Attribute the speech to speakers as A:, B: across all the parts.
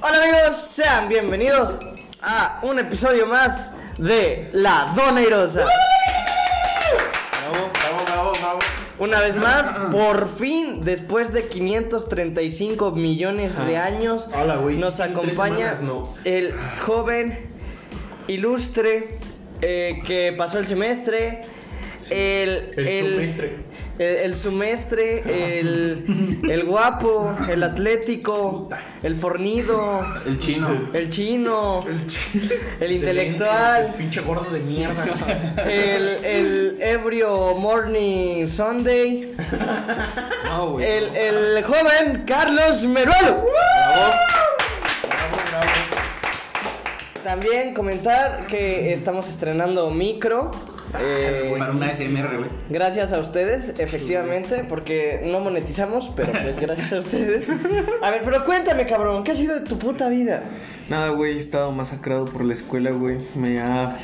A: Hola amigos, sean bienvenidos a un episodio más de La Doneirosa.
B: Bravo, bravo, bravo, bravo.
A: Una vez más, por fin, después de 535 millones de años,
B: Hola, güey,
A: nos
B: sí, tres
A: acompaña
B: semanas, no.
A: el joven ilustre eh, que pasó el semestre. El,
B: El semestre.
A: el, el semestre, el, el guapo, el atlético, el fornido,
B: El chino.
A: el chino, el
B: El
A: intelectual,
B: pinche gordo de mierda.
A: el, el ebrio morning Sunday,
B: No,
C: Pues
B: güey.
A: el, el joven Carlos Meruelo.
B: Bravo. Bravo, bravo.
A: También comentar que estamos estrenando micro. eh,
D: Para una SMR, güey.
A: gracias a ustedes, efectivamente, porque no monetizamos, pero pues gracias a ustedes. A ver, pero cuéntame, cabrón, ¿qué ha sido de tu puta vida?
C: Nada, güey, he estado masacrado por la escuela, güey. Me ha.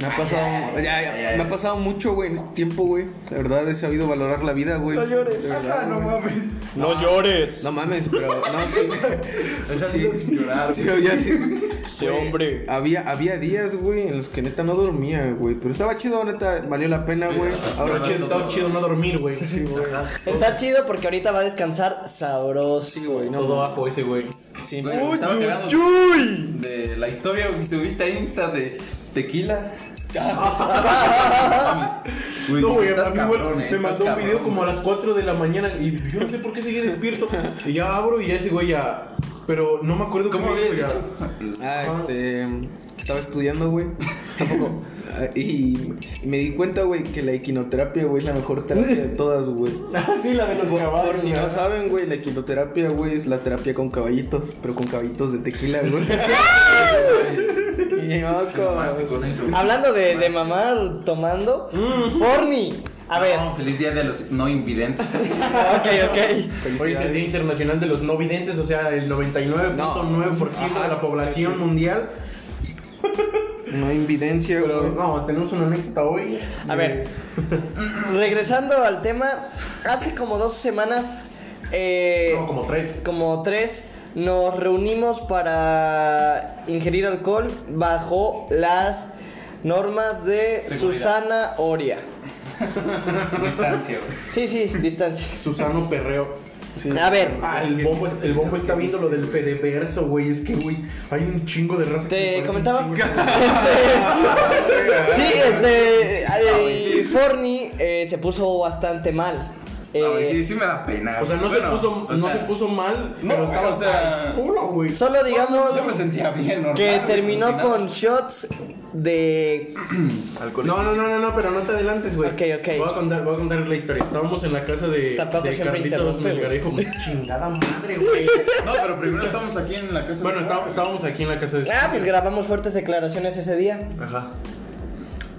C: Me ha pasado. ya, ya, Me ha pasado mucho, güey, en este tiempo, güey. La verdad, he sabido valorar la vida, güey. No llores.
B: Ah,
C: no mames.
D: Ah.
B: No llores.
C: No mames, pero. No, sí.
D: sabido sin llorar,
C: Sí, ya sí.
B: Ese hombre.
C: Había, había días, güey, en los que neta no dormía, güey. Pero estaba chido, neta, valió la pena, güey. Ahora
B: Ahora chido, estaba chido no dormir, güey.
C: Sí, güey.
A: Está chido porque ahorita va a descansar sabroso.
C: Sí, güey, no.
B: Todo ajo ese, güey.
C: Sí,
D: Güey,
C: no.
D: estaba cagando de la historia, güey. Subiste a Insta de tequila. Güey,
B: No, güey,
D: estás
B: a mí, güey,
D: cabrón, eh,
B: me
D: estás
B: mandó un
D: cabrón,
B: video como a
D: güey.
B: las 4 de la mañana y yo no sé por qué seguí despierto. Y ya abro y ya ese güey ya. Pero no me acuerdo qué
D: ¿Cómo
B: me
D: habías
B: dijo ya.
D: dicho?
C: Ah, este. Estaba estudiando, güey. Tampoco. Ah, Y, y me di cuenta, güey, que la equinoterapia, güey, es la mejor terapia de todas, güey.
B: Ah, sí, la de los
C: Por, por
B: caballos.
C: si no
B: ya.
C: saben, güey, la equinoterapia, güey, es la terapia con caballitos, pero con caballitos de tequila, güey. Y
D: Mamaste
C: loco.
D: con eso.
A: Hablando de, de mamar tomando, Forni. A ver,
D: No, feliz día de los no invidentes.
A: ok, ok.
B: Hoy es el Día Internacional de los No Videntes, o sea, el 99.9% de la población mundial.
C: No hay evidencia,
B: Pero
C: güey.
B: no, tenemos una anécdota hoy.
A: A ver, regresando al tema, hace como dos semanas, eh,
B: No, como tres.
A: como tres, nos reunimos para ingerir alcohol bajo las normas de
D: Seguridad.
A: Susana Oria.
D: Distancia, güey.
A: Sí, sí, distancia.
B: Susano Perreo.
C: Sí.
A: A ver,
B: Ah, el
C: ¿Qué
B: bombo,
C: dice?
B: el bombo
C: ¿Qué
B: está viendo lo del Fedeverso, güey. Es que, güey, hay un chingo de raza que se
A: te
B: parece
A: comentaba.
B: un chingo.
A: Este, sí, este.
B: Ah,
A: eh, Forni eh, se puso bastante mal.
B: Ah,
A: Eh,
D: No, güey, sí, sí me da pena.
B: O sea, no,
D: Bueno,
B: se, puso,
D: o
B: no
D: sea,
B: se puso mal,
D: no,
B: pero
D: güey,
B: estaba
D: o sea,
B: hasta el culo, güey.
A: Solo digamos
D: Yo me sentía bien, normal,
A: que
D: güey,
A: terminó
D: sin nada.
A: con shots de.
B: No, no, no, no, no, pero no te adelantes, güey.
A: Ok, ok.
B: Voy a contar, voy a contar la historia. Estábamos en la casa de,
A: Tampoco
B: de
A: siempre
B: Carlitos
A: interrumpe,
B: Melgarejo. Chingada madre, güey.
D: No, pero primero estamos aquí en la casa.
B: bueno,
D: de-
B: está- estábamos aquí en la casa de.
A: Ah, pues grabamos fuertes declaraciones ese día.
B: Ajá.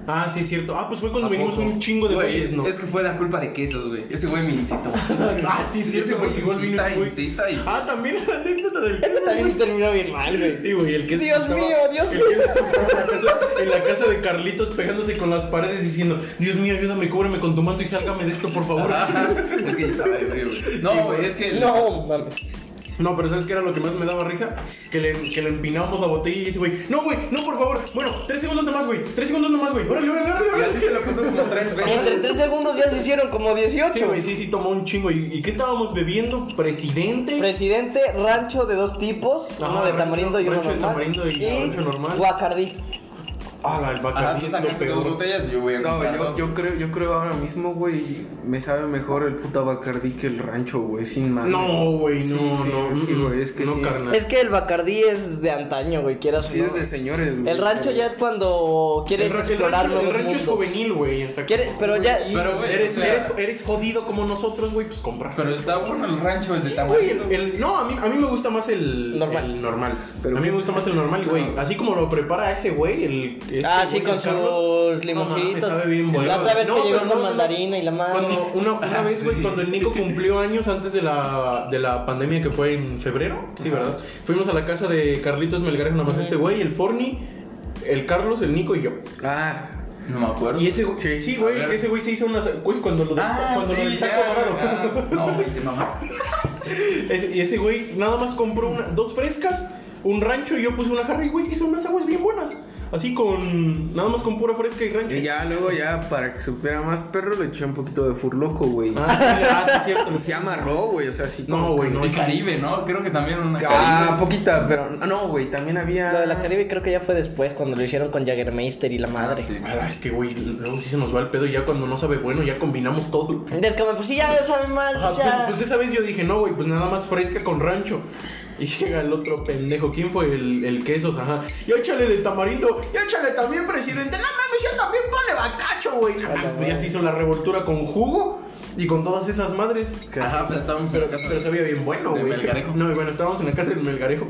B: Ah, sí, es cierto. Ah, pues fue
D: ¿A
B: cuando vinimos
D: poco?
B: un chingo de
D: Güey,
B: güeyes, ¿no?
D: Es que fue la culpa de quesos, güey. Ese güey me incitó.
B: Ah, sí, sí,
D: ese güey
B: igual vino
D: incita,
B: ese güey.
D: incita y.
B: Ah, también la anécdota del
A: Eso también terminó bien mal, güey.
B: Sí, güey, el que
A: Dios mío, Dios
B: el
A: mío.
B: que estaba en la, casa, en la casa de Carlitos pegándose con las paredes diciendo, Dios mío, ayúdame, cúbreme con tu manto y sálgame de esto, por favor.
D: es que yo estaba ebrio, güey.
B: Sí,
D: No, güey,
B: güey.
D: es que.
A: No, mames.
B: No, pero ¿sabes qué era lo que más me daba risa? Que le, que le empinábamos la botella y ese güey, no, güey, no, por favor. Bueno, tres segundos nomás, güey, tres segundos nomás, güey. Órale, órale, órale,
D: Y
B: órale.
D: así se lo puso como tres veces.
A: Entre 3 segundos ya se hicieron como 18.
B: Sí, güey, sí, sí, tomó un chingo. ¿Y, y qué estábamos bebiendo? ¿Presidente?
A: Presidente, rancho de dos tipos,
B: Ajá,
A: uno de
B: rancho-
A: tamarindo y uno
B: rancho de
A: normal.
B: tamarindo y rancho normal.
A: Guacardí.
B: ah, la el
D: Ajá,
B: Bacardí
D: tú
B: es lo
D: sacaste dos
B: peor.
D: botellas y yo voy a.
C: No,
D: comprar
C: yo,
D: dos.
C: yo creo, yo creo ahora mismo, güey, me sabe mejor el puta Bacardí que el rancho, güey, sin más.
B: No, güey, no,
C: Sí, sí,
B: no.
C: sí,
B: mm,
C: güey, es que
B: no,
C: sí.
B: carnal.
A: Es que el Bacardí es de antaño, güey, quieras o
C: Sí,
A: no.
C: es de señores, güey.
A: El rancho ya es cuando
B: El
A: quieres
B: ra- el
A: explorar
B: rancho, el
A: nuevos
B: rancho es
A: mundos.
B: juvenil, güey. hasta
A: Quieres-
B: que-
A: pero ya-
B: güey,
D: Pero, güey,
B: eres,
D: o sea-
B: eres, eres jodido como nosotros, güey, pues compra.
D: Pero está bueno el rancho, el de
B: Sí, güey,
D: tamarindo.
B: el- el- no, a mí, a mí me gusta más el
A: Normal.
B: el normal.
C: Pero
B: a mí
C: qué-
B: me gusta más el normal, güey. Así como lo prepara ese güey, el. este
A: Ah, sí,
B: güey,
A: con
B: el Carlos,
A: sus
B: no mames,
A: limoncitos.
B: sabe bien bueno.
A: La otra vez
B: No,
A: que llegó
B: pero no,
A: con
B: no, no.
A: mandarina y la madre.
B: Cuando, una,
D: Ah,
B: una vez, güey, cuando el Nico cumplió años antes de la, de la pandemia que fue en febrero, sí, ¿verdad? Fuimos a la casa de Carlitos Melgarejo, nada más este güey, el Forni, el Carlos, el Nico y yo.
C: Ah,
D: No me acuerdo.
B: Y ese güey,
C: Sí.
B: sí, güey,
D: A ver.
B: ese güey se hizo una, güey, cuando lo del,
D: Ah,
B: cuando lo
D: sí,
B: del
D: ya,
B: taco dorado.
D: ya. No, güey, te mamaste.
B: Ese- y ese güey nada más compró una- dos frescas, un rancho y yo puse una jarra y güey hizo unas aguas bien buenas. Así con nada más con pura fresca y rancho.
C: Y ya luego, ya para que supiera más perro, le eché un poquito de furloco, güey.
B: Ah, sí, ah, sí, es cierto.
C: Se amarró, güey, o sea, así
B: No,
C: como-
B: güey, no.
D: El Caribe, ¿no? Creo que también una
C: Ah, poquita, pero. ah, No, güey, también había.
A: Lo de la Caribe creo que ya fue después, cuando lo hicieron con Jaggermeister y la madre.
D: Sí.
B: Ah, es que güey, luego sí se nos va el pedo y ya cuando no sabe bueno ya combinamos todo.
A: Es como, pues sí, ya sabe mal.
B: Ajá, pues,
A: ya.
B: pues esa vez yo dije, no, güey, pues nada más fresca con rancho. Y llega el otro pendejo, ¿quién fue el, el quesos? Ajá. Y échale de tamarindo, y échale también, presidente. No mames, yo también ponle bacacho, güey. No mames, pues ya se hizo la revoltura con jugo y con todas esas madres.
D: Ajá, pues estábamos en
B: Pero,
D: la casa
B: pero
D: de-
B: sabía bien bueno,
D: de
B: güey.
D: Melgarejo.
B: No, y bueno, estábamos en la casa del Melgarejo.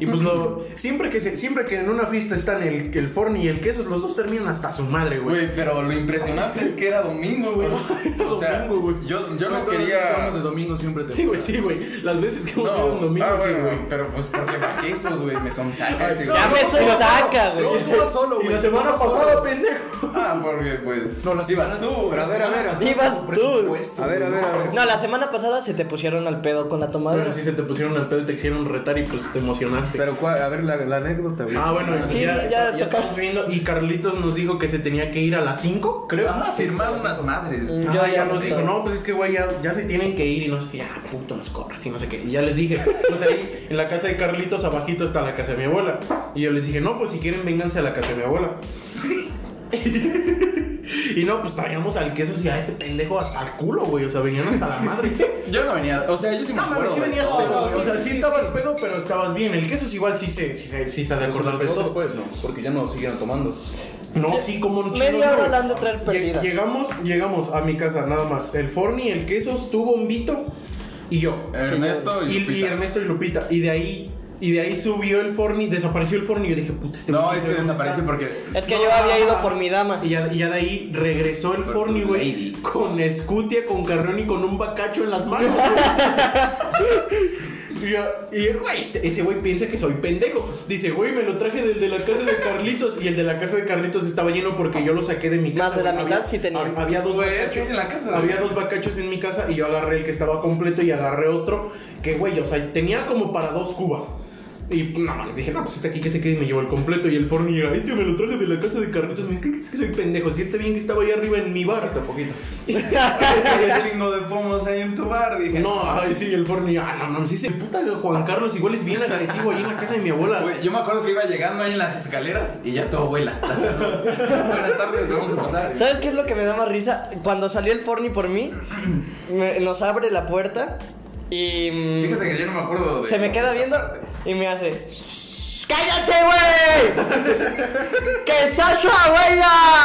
B: Y pues lo, siempre, que se- siempre que en una fiesta están el, el Forni y el quesos, los dos terminan hasta su madre, güey.
D: Güey, pero lo impresionante es que era domingo, güey. O sea,
B: Domingo, güey.
D: yo, yo no
E: Todas las que
D: quería...
E: vamos de domingo siempre te
B: Sí, güey, sí, güey. Las veces que hemos
D: No,
B: ido en domingo,
D: ah,
B: sí,
D: bueno,
B: güey.
D: pero pues porque va quesos, güey, me son sacas, güey.
A: Ya me soy saca,
E: No,
A: güey.
E: tú vas solo,
B: Y
E: güey.
B: la semana
E: tú vas solo.
B: pasada, pendejo.
D: Ah, porque pues...
E: No, la
D: ibas
E: semana-
D: tú.
C: Pero a ver, a ver, a ver.
A: Ibas
E: Con
A: tú.
E: presupuesto,
C: A ver, a
E: güey.
C: ver, a ver.
A: No, la semana pasada se te pusieron al pedo con la tomadora.
B: Pero si se te pusieron al pedo y te hicieron retar y pues te emocionaste.
C: Pero, ¿cuál? a ver la, la anécdota, güey.
B: ah, bueno, pues
A: Sí,
B: ya,
A: sí, ya
B: ya,
A: toca.
B: estamos viendo. Y Carlitos nos dijo que se tenía que ir a las 5, creo.
D: Ah, firmar unas madres.
A: Mm.
B: Ajá,
A: Yo
B: ya,
A: ya
B: nos
A: no
B: dijo,
A: estoy.
B: no, pues es que, güey, ya, ya se tienen que ir y no sé qué, ya, puto, nos corres y no sé qué. Y ya les dije, pues ahí en la casa de Carlitos, abajito está la casa de mi abuela. Y yo les dije, no, pues si quieren, vénganse a la casa de mi abuela. y no, pues traíamos al queso y a este pendejo hasta el culo, güey. O sea, venían hasta la madre.
D: Yo no venía, o sea, yo sí me
B: No, mames,
D: acuerdo,
B: sí
D: güey.
B: venías pedo, güey. O sea, sí,
E: sí, sí,
B: estabas pedo, pero estabas bien. El queso es igual, sí se, sí se, sí se ha de acordar de
E: Nosotros,
B: todo.
E: pues no, porque ya no siguieron tomando.
B: No, sí, como un
A: Media
B: chingo,
A: hora
B: güey.
A: la han de traer
B: Lle-
A: perdida.
B: Llegamos, llegamos a mi casa, nada más. El Forni, el queso, tu bombito y yo.
D: Ernesto y
B: Y, y
D: Lupita.
B: Ernesto y Lupita. Y de ahí, y de ahí subió el Forni, desapareció el Forni. Yo dije, puta, este
D: No,
B: güey
D: es que
B: sabe dónde
D: desapareció
B: está.
D: porque...
A: Es que yo había ido por mi dama.
B: Y ya, y ya de ahí regresó el
D: Por
B: Forni,
D: tu
B: güey.
D: lady.
B: Con escutia, con carrión y con un bacacho en las manos. y, ya- y, güey, este, ese ese güey piensa que soy pendejo. Dice, güey, me lo traje del de la casa de Carlitos. Y el de la casa de Carlitos estaba lleno porque yo lo saqué de mi casa.
A: Más de la
B: güey.
A: mitad
B: Había-
A: sí tenía.
B: hab- Había dos
D: Güey, es
B: bacachos.
D: que en la casa-
B: había dos bacachos en mi casa y yo agarré el que estaba completo y agarré otro. Que, güey, o sea, tenía como para dos cubas. Y no mames, dije, no, pues este aquí que se quede y me llevó el completo. Y el forno llega, es que me lo traje de la casa de Carlitos. Me dice, "¿Qué crees que soy pendejo? Si este bien que estaba ahí arriba en mi bar.
D: poquito. Había un chingo de pomos ahí en tu bar, dije.
B: No, ay, sí, el forno ah, no mames, ese puta Juan Carlos igual es bien agresivo ahí en la casa de mi abuela.
D: Güey, yo me acuerdo que iba llegando ahí en las escaleras y ya tu abuela. la saludó. Buenas tardes, vamos a pasar.
A: ¿Sabes qué es lo que me da más risa? Cuando salió el Forni por mí, me- nos abre la puerta y mm,
D: Fíjate que yo no me acuerdo de...
A: se me queda viendo y me hace... "Shh, ¡Cállate, güey! ¡Que está su abuela!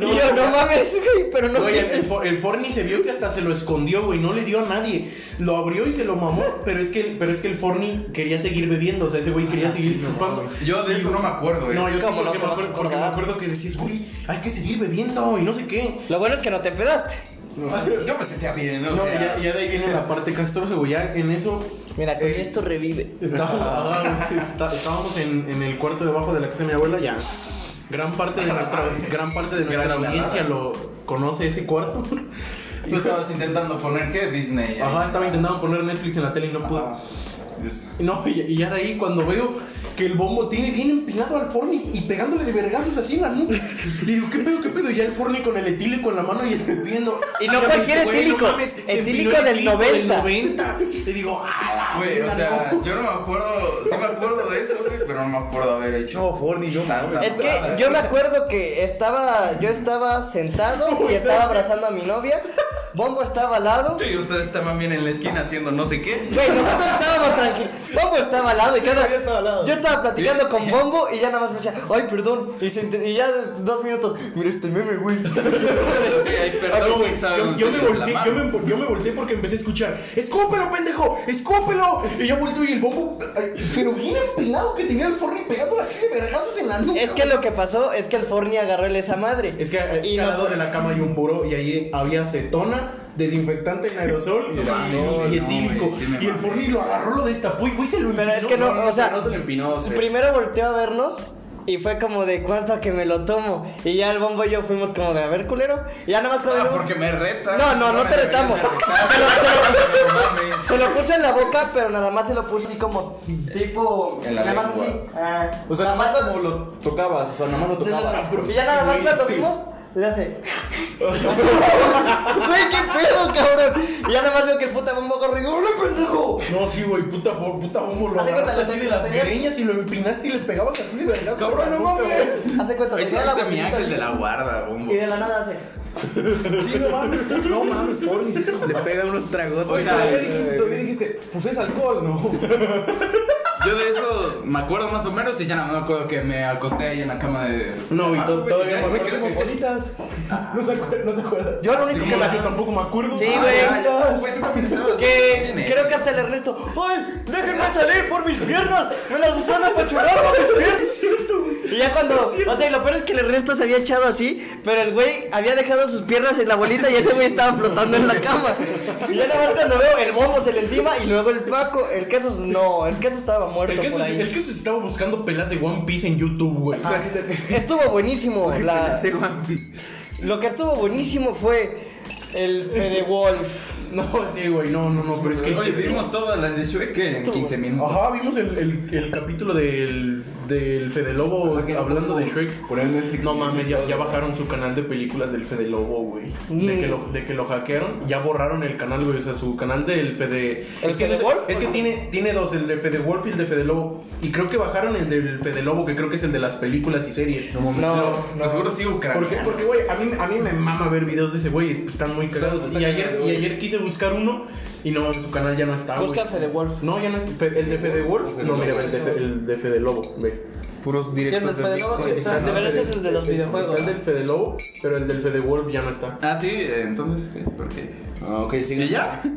A: y yo, no mames, güey, pero no...
B: Güey, el, el fo- el Forni se vio que hasta se lo escondió, güey, no le dio a nadie. Lo abrió y se lo mamó, pero es que, pero es que el Forni quería seguir bebiendo, o sea, ese güey quería
D: Ah,
B: seguir chupando.
D: Yo de eso no me acuerdo, güey.
B: No, yo sí,
A: ¿Cómo no
B: porque,
A: te vas
B: me
A: a
B: acuerdo, porque me
A: acordar?
B: acuerdo que decías, güey, hay que seguir bebiendo y no sé qué. Ah,
A: Lo bueno es que no te pedaste.
D: Yo me sentía bien,
B: No,
D: o
B: ya,
D: sea...
B: ya de ahí viene la parte castrosa, güey, ya en eso...
A: Mira, con
B: eh,
A: esto revive.
B: Estábamos, ah, güey, está- estábamos en, en el cuarto debajo de la casa de mi abuela, ya. Gran parte de nuestra, gran parte de nuestra
D: Gran
B: audiencia lo conoce ese cuarto.
D: Tú estabas intentando poner, ¿qué? Disney. ahí.
B: Ajá, estaba intentando poner Netflix en la tele y no pudo.
D: Ajá. Dios.
B: No, y, y ya de ahí cuando veo que el bombo tiene bien empinado al Forni y pegándole de vergazos así en la nuca. Le digo, ¿qué pedo, qué pedo? Y ya el Forni con el etílico en la mano y escupiendo.
A: Y
B: ya
A: no
B: me
A: cualquier
B: dice, "Güey, no
A: etílico,
B: mames, se empinó
A: etílico
B: el
A: del 90.
B: 90. Le digo, ¡ah, la
D: Güey, o
B: verga,
D: sea,
B: no".
D: yo no me acuerdo... Sí me acuerdo de eso, güey, pero no me acuerdo haber hecho...
E: No, Forni, no mames.
A: Es que yo me acuerdo que estaba, yo estaba sentado y estaba abrazando a mi novia. Bombo estaba al lado.
D: Y ustedes estaban bien en la esquina haciendo no sé qué.
A: Güey, nosotros estábamos tranquilos. Bombo estaba al lado y cada...
E: Yo estaba al lado.
A: Yo estaba platicando con Bombo y ya nada más me decía, ay, perdón. Y, se enter- y ya dos minutos, mira este meme, güey.
D: Sí, ay, perdón, güey,
B: Yo,
D: saben
B: yo me
D: ustedes la
B: volteé,
D: mano.
B: yo, me, yo me volteé porque empecé a escuchar ¡Escópelo, pendejo! ¡Escópelo! Y yo volteo y el bombo ay, Pero bien empinado que tenía el Forni pegándole así de vergazos en la nuca
A: Es que lo que pasó es que el Forni agarró el esa madre.
B: Es que eh,
A: Y
B: al
A: no
B: lado
A: fue-
B: de la cama hay un buró y ahí había acetona, desinfectante en aerosol y,
D: No,
B: y
D: no,
B: etílico.
D: güey, sí me
B: y el
D: mamé.
B: fornillo lo agarró, lo destapó y güey se lo
A: Pero
B: empinó,
A: es que no,
B: güey.
A: o sea,
E: No se le empinó, se-
A: primero volteó a vernos Y fue como de cuánto que me lo tomo. Y ya el bombo y yo fuimos como de a ver, culero. Y ya nada más cuando
D: Ah,
A: vimos-
D: porque me retas.
A: No, no, no
D: me
A: te
D: deberías
A: retamos.
D: de retar. No mames.
A: Se lo puse en la boca, pero nada más se lo puse así como tipo.
E: En la
A: nada más
E: lengua.
A: así. Ah,
E: O sea,
A: nada
E: nomás
A: más
E: como lo tocabas, o sea, nomás lo tocabas.
A: Y ya nada más cuando vimos, le hace. Güey, qué pedo, cabrón. Y ya nada más veo que el puta bombo corre y digo, ¡Hola, pendejo!
B: No, sí, güey, puta, bo- puta bombo lo
A: Haz de cuenta,
B: agarraste
A: lo
B: así de
A: tenías-
B: las
A: tenías-
B: greñas y lo empinaste y le pegabas así de verdad.
E: Cabrón, no mames.
A: Hace cuenta,
D: Ese
A: tenía la
D: es de este, mi
A: botellita
D: ángel
A: así,
D: de la guarda, bombo.
A: Y de la nada hace.
B: Sí, no mames, no mames, pornis.
C: Le pega unos tragotes.
D: Oiga,
C: güey.
B: Todavía dijiste, todavía dijiste, pues es alcohol, ¿no?
D: Yo de eso me acuerdo más o menos y ya no me acuerdo que me acosté ahí en la cama de.
B: No, y to-
D: Ah,
B: todavía
D: güey,
B: me
D: ya,
B: acuerdo
D: ya,
B: que-
E: Bonitas. No, se acuer- no te acuerdas.
A: Yo lo único que me
B: Ah. yo tampoco me acuerdo.
A: Sí,
D: ya,
A: güey.
D: ya, Güey, tú también estabas.
A: Que
D: Bien,
A: creo
D: eh.
A: que hasta el Ernesto, ¡ay! ¡Déjenme salir por mis piernas! ¡Me las están apachurrando mis piernas! Y ya cuando, o sea, y lo peor es que el Ernesto se había echado así, pero el güey había dejado sus piernas en la bolita y ese güey estaba flotando en la cama. Y ya nada más cuando veo el bombo se le encima y luego el Paco, el queso, no, el queso estaba muerto
B: El queso,
A: por ahí.
B: el queso estaba buscando pelas de One Piece en YouTube, güey.
A: Ah, estuvo buenísimo. la-
C: Ese One Piece.
A: lo que estuvo buenísimo fue el Fede Wolf.
B: No, sí, güey, no, no, no, pero es que.
D: Oye, vimos todas las de Shrek en 15 minutos.
B: Ajá, vimos el, el, el capítulo del, del Fede Lobo
E: que no
B: hablando de
E: podemos
B: Shrek.
E: poner Netflix.
B: No mames, ya, ya bajaron su canal de películas del Fede Lobo, güey. De, que lo, de que lo hackearon, ya borraron el canal, güey. O sea, su canal del Fede.
A: ¿El
B: es que,
A: Fede
B: sé-
A: Wolf?
B: es que tiene, tiene dos, el de Fede Wolf y el de Fede Lobo. Y creo que bajaron el del Fede Lobo, que creo que es el de las películas y series. No mames.
A: No,
D: No, seguro sí,
B: ¿Por qué?
D: Ucrania.
B: Porque, güey, a mí, a mí me mama ver videos de ese güey, pues, están muy cagados.
E: está
B: y, ayer,
E: cagado,
B: y
E: güey.
B: ayer quise buscar uno y no, en su canal ya no está. güey.
A: Busca Fede Wolf.
B: No, ya no es. Fe- El de Fede Wolf. No, mira, el de Fe- el de Fede Lobo, ve.
C: Puros
A: Sí, el de
C: directos de
A: Fede Lobo sí
C: Bitcoin.
A: está, de verdad ese es el de los videojuegos.
B: Está el del Fede Lobo, pero el del Fede Wolf ya no está.
D: Ah, sí, eh, entonces, ¿qué? ¿por qué?
E: Ah, ok, sigue.
D: ¿Y ya?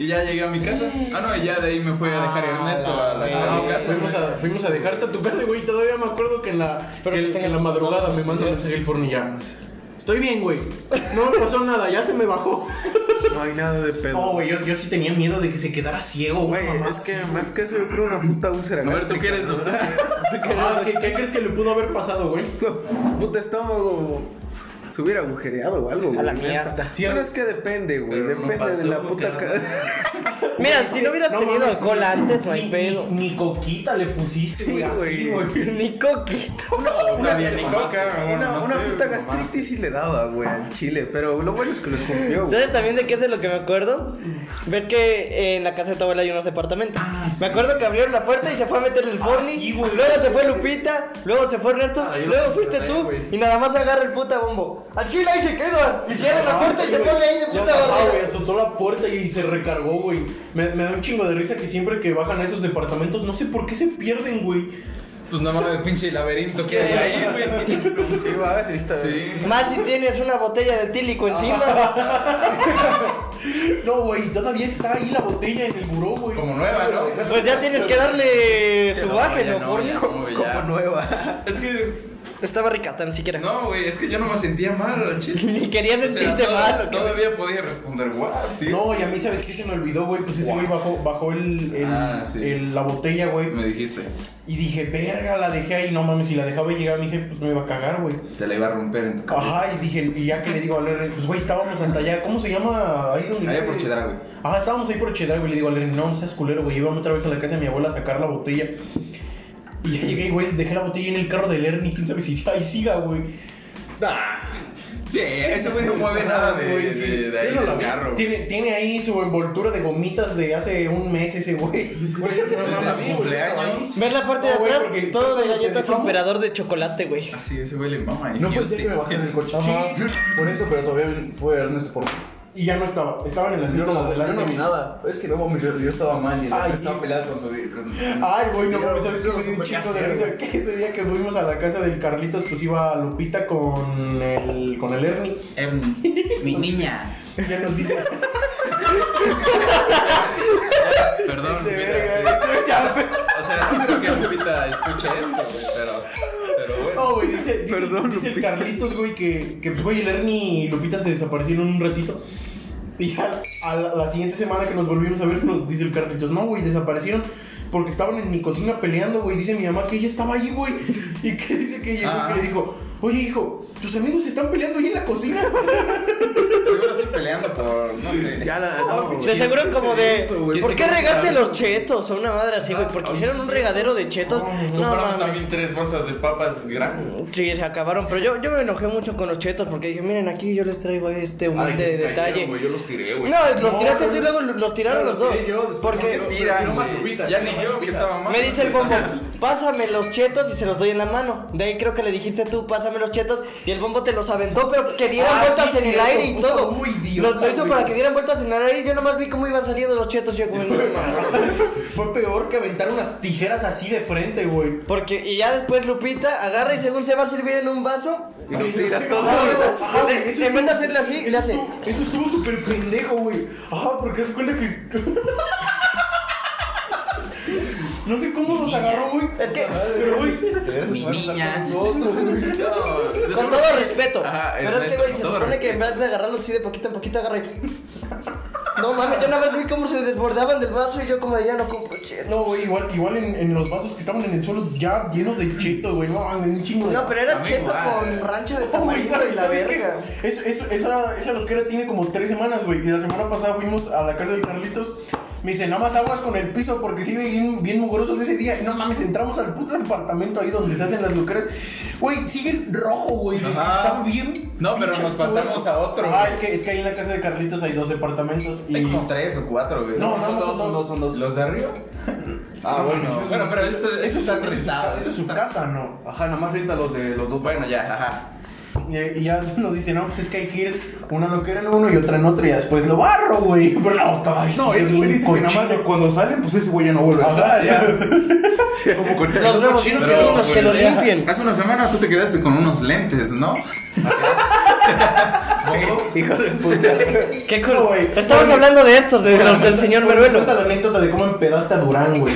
D: Y ya llegué a mi casa. Ah, no, y ya de ahí me fue a dejar Ernesto a, Ah, la,
B: Ah,
D: a mi casa.
B: fuimos, a, fuimos a dejarte a tu casa, güey. Todavía me acuerdo que en la,
A: Espero
B: que,
A: que
B: que en la
A: tengas-
B: madrugada me manda un mensaje el fornillar. Estoy bien, güey. No me pasó nada, ya se me bajó.
C: No hay nada de pedo.
B: No, güey, yo, yo sí tenía miedo de que se quedara ciego,
C: Güey,
B: mamá,
C: es que
B: sí.
C: más que eso yo creo una puta úlcera.
D: A ver, ¿tú qué eres, doctor?
B: Ah, ¿qué, qué crees que le pudo haber pasado, güey?
C: Puta estómago. Se hubiera agujereado o algo, güey.
A: A la mierda.
C: Sí, pero es que depende, güey.
D: Pero no
C: Depende de
D: pasó,
C: la puta
D: cara.
C: cara.
A: Mira, si no hubieras tenido
B: mames,
A: alcohol
B: ni-
A: antes, no hay
B: ni-
A: pedo.
B: Ni, ni coquita le pusiste,
C: Sí,
B: güey. así,
C: güey.
B: güey.
A: Ni coquito.
D: Una dianicoca,
C: Una,
D: bueno, no
C: una
D: sé,
C: puta
D: mamá.
C: gastritis sí le daba, güey, al chile. Pero lo bueno es que lo escupió, güey.
A: ¿Sabes también de qué es de lo que me acuerdo? Ves que eh, en la casa de tu abuela hay unos departamentos. Me acuerdo que abrieron la puerta y se fue a meter el Forni.
B: Ah, sí, güey.
A: luego se fue Lupita, luego se fue Ernesto,
B: Ah, yo lo
A: luego
B: pensé
A: fuiste
B: también,
A: tú
B: güey.
A: y nada más agarra el puta bombo. Al chile ahí se queda. Y cierra la puerta y
B: Ah, Sí,
A: se
B: güey.
A: pone ahí de
B: Ya
A: puta
B: estaba,
A: madre.
B: güey, azotó la puerta y se recargó, güey. Me, me da un chingo de risa que siempre que bajan a esos departamentos, no sé por qué se pierden, güey.
D: Pues no mames, pinche laberinto que hay ahí, güey.
C: Sí, va, sí está.
D: Sí.
A: Más si tienes una botella de tílico encima.
B: No, güey, todavía está ahí la botella en el buró, güey.
D: Como nueva, ¿no?
A: Pues ya tienes que darle su
D: No,
A: baje,
D: ya
A: ¿no,
D: no,
A: Forni?
D: ya no, güey,
C: Como
D: ya.
C: nueva.
D: Es que
A: Estaba ricata, ni siquiera.
D: No, güey, es que yo no me sentía mal, al chile.
A: Ni quería
D: O sea,
A: sentirte
D: todo-
A: mal, ¿o qué?
D: Todavía podía responder, guau, sí.
B: No, y a mí, ¿sabes qué se me olvidó, güey? Pues ese güey bajó, bajó el, el-
D: Ah, sí.
B: el- la botella, güey.
D: Me dijiste,
B: Y dije, verga, la dejé ahí. No mames, si la dejaba y llegaba mi jefe, pues me iba a cagar, güey.
D: te la iba a romper en tu casa.
B: Ajá, y dije, y ya que le digo a Lerner, pues güey, estábamos hasta allá, ¿cómo se llama? Ahí donde.
D: Allá
B: vive?
D: por Chedra, güey.
B: Ajá, estábamos ahí por Chedra, güey. Le digo a Lerner, no, no seas culero, güey. Íbamos otra vez a la casa de mi abuela a sacar la botella. Y ya llegué, güey, dejé la botella en el carro de Lerner, quién sabe si está ahí siga, güey.
D: Ah, sí, ese güey no mueve nada de,
B: Güey,
D: de,
B: sí.
D: de, ahí
B: Yo no la
D: del
B: vi.
D: carro. güey.
B: Tiene, tiene ahí su envoltura de gomitas de hace un mes ese güey. Güey, no
D: Desde
B: mames,
D: su
B: güey,
D: cumpleaños.
B: estaba ahí.
A: ¿Ves la parte de
B: No, güey,
A: atrás?
B: porque-
A: Todo de
B: porque
A: galletas
B: dejamos-
A: emperador de chocolate, güey.
D: Ah, sí, ese güey le mama. y este,
E: No
D: yo
E: puede ser
D: te-
E: que me bajen el coche.
B: Ajá.
E: Por eso, pero todavía fue Ernesto por mí.
B: Y ya no estaba, estaba en el
E: Yo
B: asiento de
E: no, yo
B: adelante.
E: no vi nada. Es que no, mami, yo, yo estaba mal y
B: Ay,
E: estaba peleado con su. con-
B: Ay, güey, no
E: Yo-
B: mames, ¿sabes
E: yo
B: qué? Me
E: no
B: dio un
E: supe qué
B: chico de
E: hacer,
B: risa que ese día que fuimos a la casa del Carlitos, pues iba Lupita con el, con el Ernie.
D: Em, mi niña.
B: Y ya nos dice,
D: Perdón.
C: Ese
D: mira,
C: verga, ese chafe.
D: O sea, no creo que Lupita escuche esto, güey, pero, pero bueno.
B: no, "Oh, güey, dice, dice,
C: Perdón,
B: dice el
C: Lupita.
B: Carlitos, güey, que, que pues, güey, el Ernie y Lupita se desaparecieron un ratito. Y ya a la, la siguiente semana que nos volvimos a ver, nos dice el Carlitos, no, güey, desaparecieron. porque estaban en mi cocina peleando, güey. Dice mi mamá que ella estaba ahí, güey. Y que dice que llegó
D: Ah.
B: que le dijo, oye, hijo, tus amigos se están peleando ahí en la cocina.
D: Primero estoy peleando por. No sé.
C: Ya la. No, güey.
A: De seguro como de.
B: eso, güey?
A: ¿Por
D: ¿Quién
A: qué
D: se compra
A: regaste
D: eso?
A: los chetos? O una madre así, güey.
B: Ah,
A: Porque hicieron un regadero de chetos. No,
D: Compramos
A: mames.
D: también tres bolsas de papas grandes.
A: Sí, se acabaron, pero yo, yo me enojé mucho con los chetos porque dije, miren, aquí yo les traigo
B: Ah,
A: este humilde detalle.
E: Yo los tiré, güey.
A: no, los
B: No,
A: tiraste tú
B: no,
A: y luego los tiraron los dos. porque
D: Tiran, güey. Ya ni yo, que estaba mal.
A: me dice el bombo, pásame los chetos y se los doy en la mano. De ahí creo que le dijiste tú, pásame los chetos y el bombo te los aventó, pero que dieran
B: Ah,
A: vueltas
B: sí,
A: en el
B: cierto,
A: aire y
B: puta,
A: todo.
B: muy idiota,
A: Lo- lo hizo
B: güey.
A: para que dieran vueltas en el aire y yo nomás vi cómo iban saliendo los chetos. Yo como, "No mames".
B: Fue peor que aventar unas tijeras así de frente, güey.
A: Porque, y ya después Lupita agarra y según se va a servir en un vaso,
C: Y los tira todo.
B: Ah, eso- ah,
A: le-
B: eso
A: le
B: estuvo-
A: manda a hacerle así,
B: eso
A: le hace.
B: estuvo- Eso estuvo súper pendejo, güey. Ajá, porque se cuenta que. No sé cómo los agarró, güey.
A: Es que-
B: Pero, güey,
D: Mi niña.
B: Nosotros, güey.
D: No, de
A: Con
D: seguro-
A: todo respeto.
D: Ajá,
A: pero este
D: Ernesto,
A: güey
D: con
A: se
D: todo
A: supone que en vez de agarrarlo así de poquito en poquito agarra y... No mames, yo una vez vi cómo se desbordaban del vaso y yo como pues, ya no compro chetos.
B: No, güey, igual, igual en, en los vasos que estaban en el suelo ya llenos de cheto, güey. No, mames, un chingo de.
A: No, pero era
D: Amigo,
A: cheto
D: ah.
A: con rancho de
B: No, güey,
A: tamarindo
B: ¿sabes-
A: y la
B: sabes
A: verga.
B: qué? Eso- eso- esa, esa loquera tiene como tres semanas, güey. Y la semana pasada fuimos a la casa de Carlitos. Me dice, nada más aguas con el piso porque sí, bien, bien mugroso de ese día. Y no mames, entramos al puto departamento ahí donde se hacen las loqueras. Güey, sigue rojo, güey.
D: Ajá.
B: Está bien.
D: No, pero
B: pinche
D: nos pasamos
B: oscuro.
D: a otro,
B: Ah,
D: güey.
B: es que, es que ahí en la casa de Carlitos hay dos departamentos. Y...
D: Hay como tres o cuatro, güey.
B: No, no,
E: son
B: no,
E: dos, son dos, son dos.
D: ¿Los de arriba? Ah, bueno. Bueno, pero esto, eso
B: Eso es
D: está
B: su ca-
D: rentado.
B: Eso es su
D: está-
B: casa, ¿no?
E: Ajá, nada más renta los de los dos.
D: Bueno, ya, ajá.
B: Y, y ya nos dice, no, pues es que hay que ir una loquera en uno y otra en otro y ya después lo barro, güey. Pero no, todavía
E: No,
B: sigue
E: ese güey
B: bien
E: dice que nada más
B: cochino.
E: cuando salen, pues ese güey ya no vuelve.
B: Ajá, ya.
E: Como con
A: Los nuevos
E: cochino
D: pero-
A: chinos que los
D: pero-
A: limpien.
D: Hace una semana tú te quedaste con unos lentes, ¿no?
E: Hijo de puta.
A: ¿Qué
B: No,
A: col...
B: güey.
A: Estamos
B: Oye.
A: hablando de estos, de los del señor
B: Pero
A: Beruelo.
B: Pues, cuenta la anécdota de cómo empedaste a Durán, güey.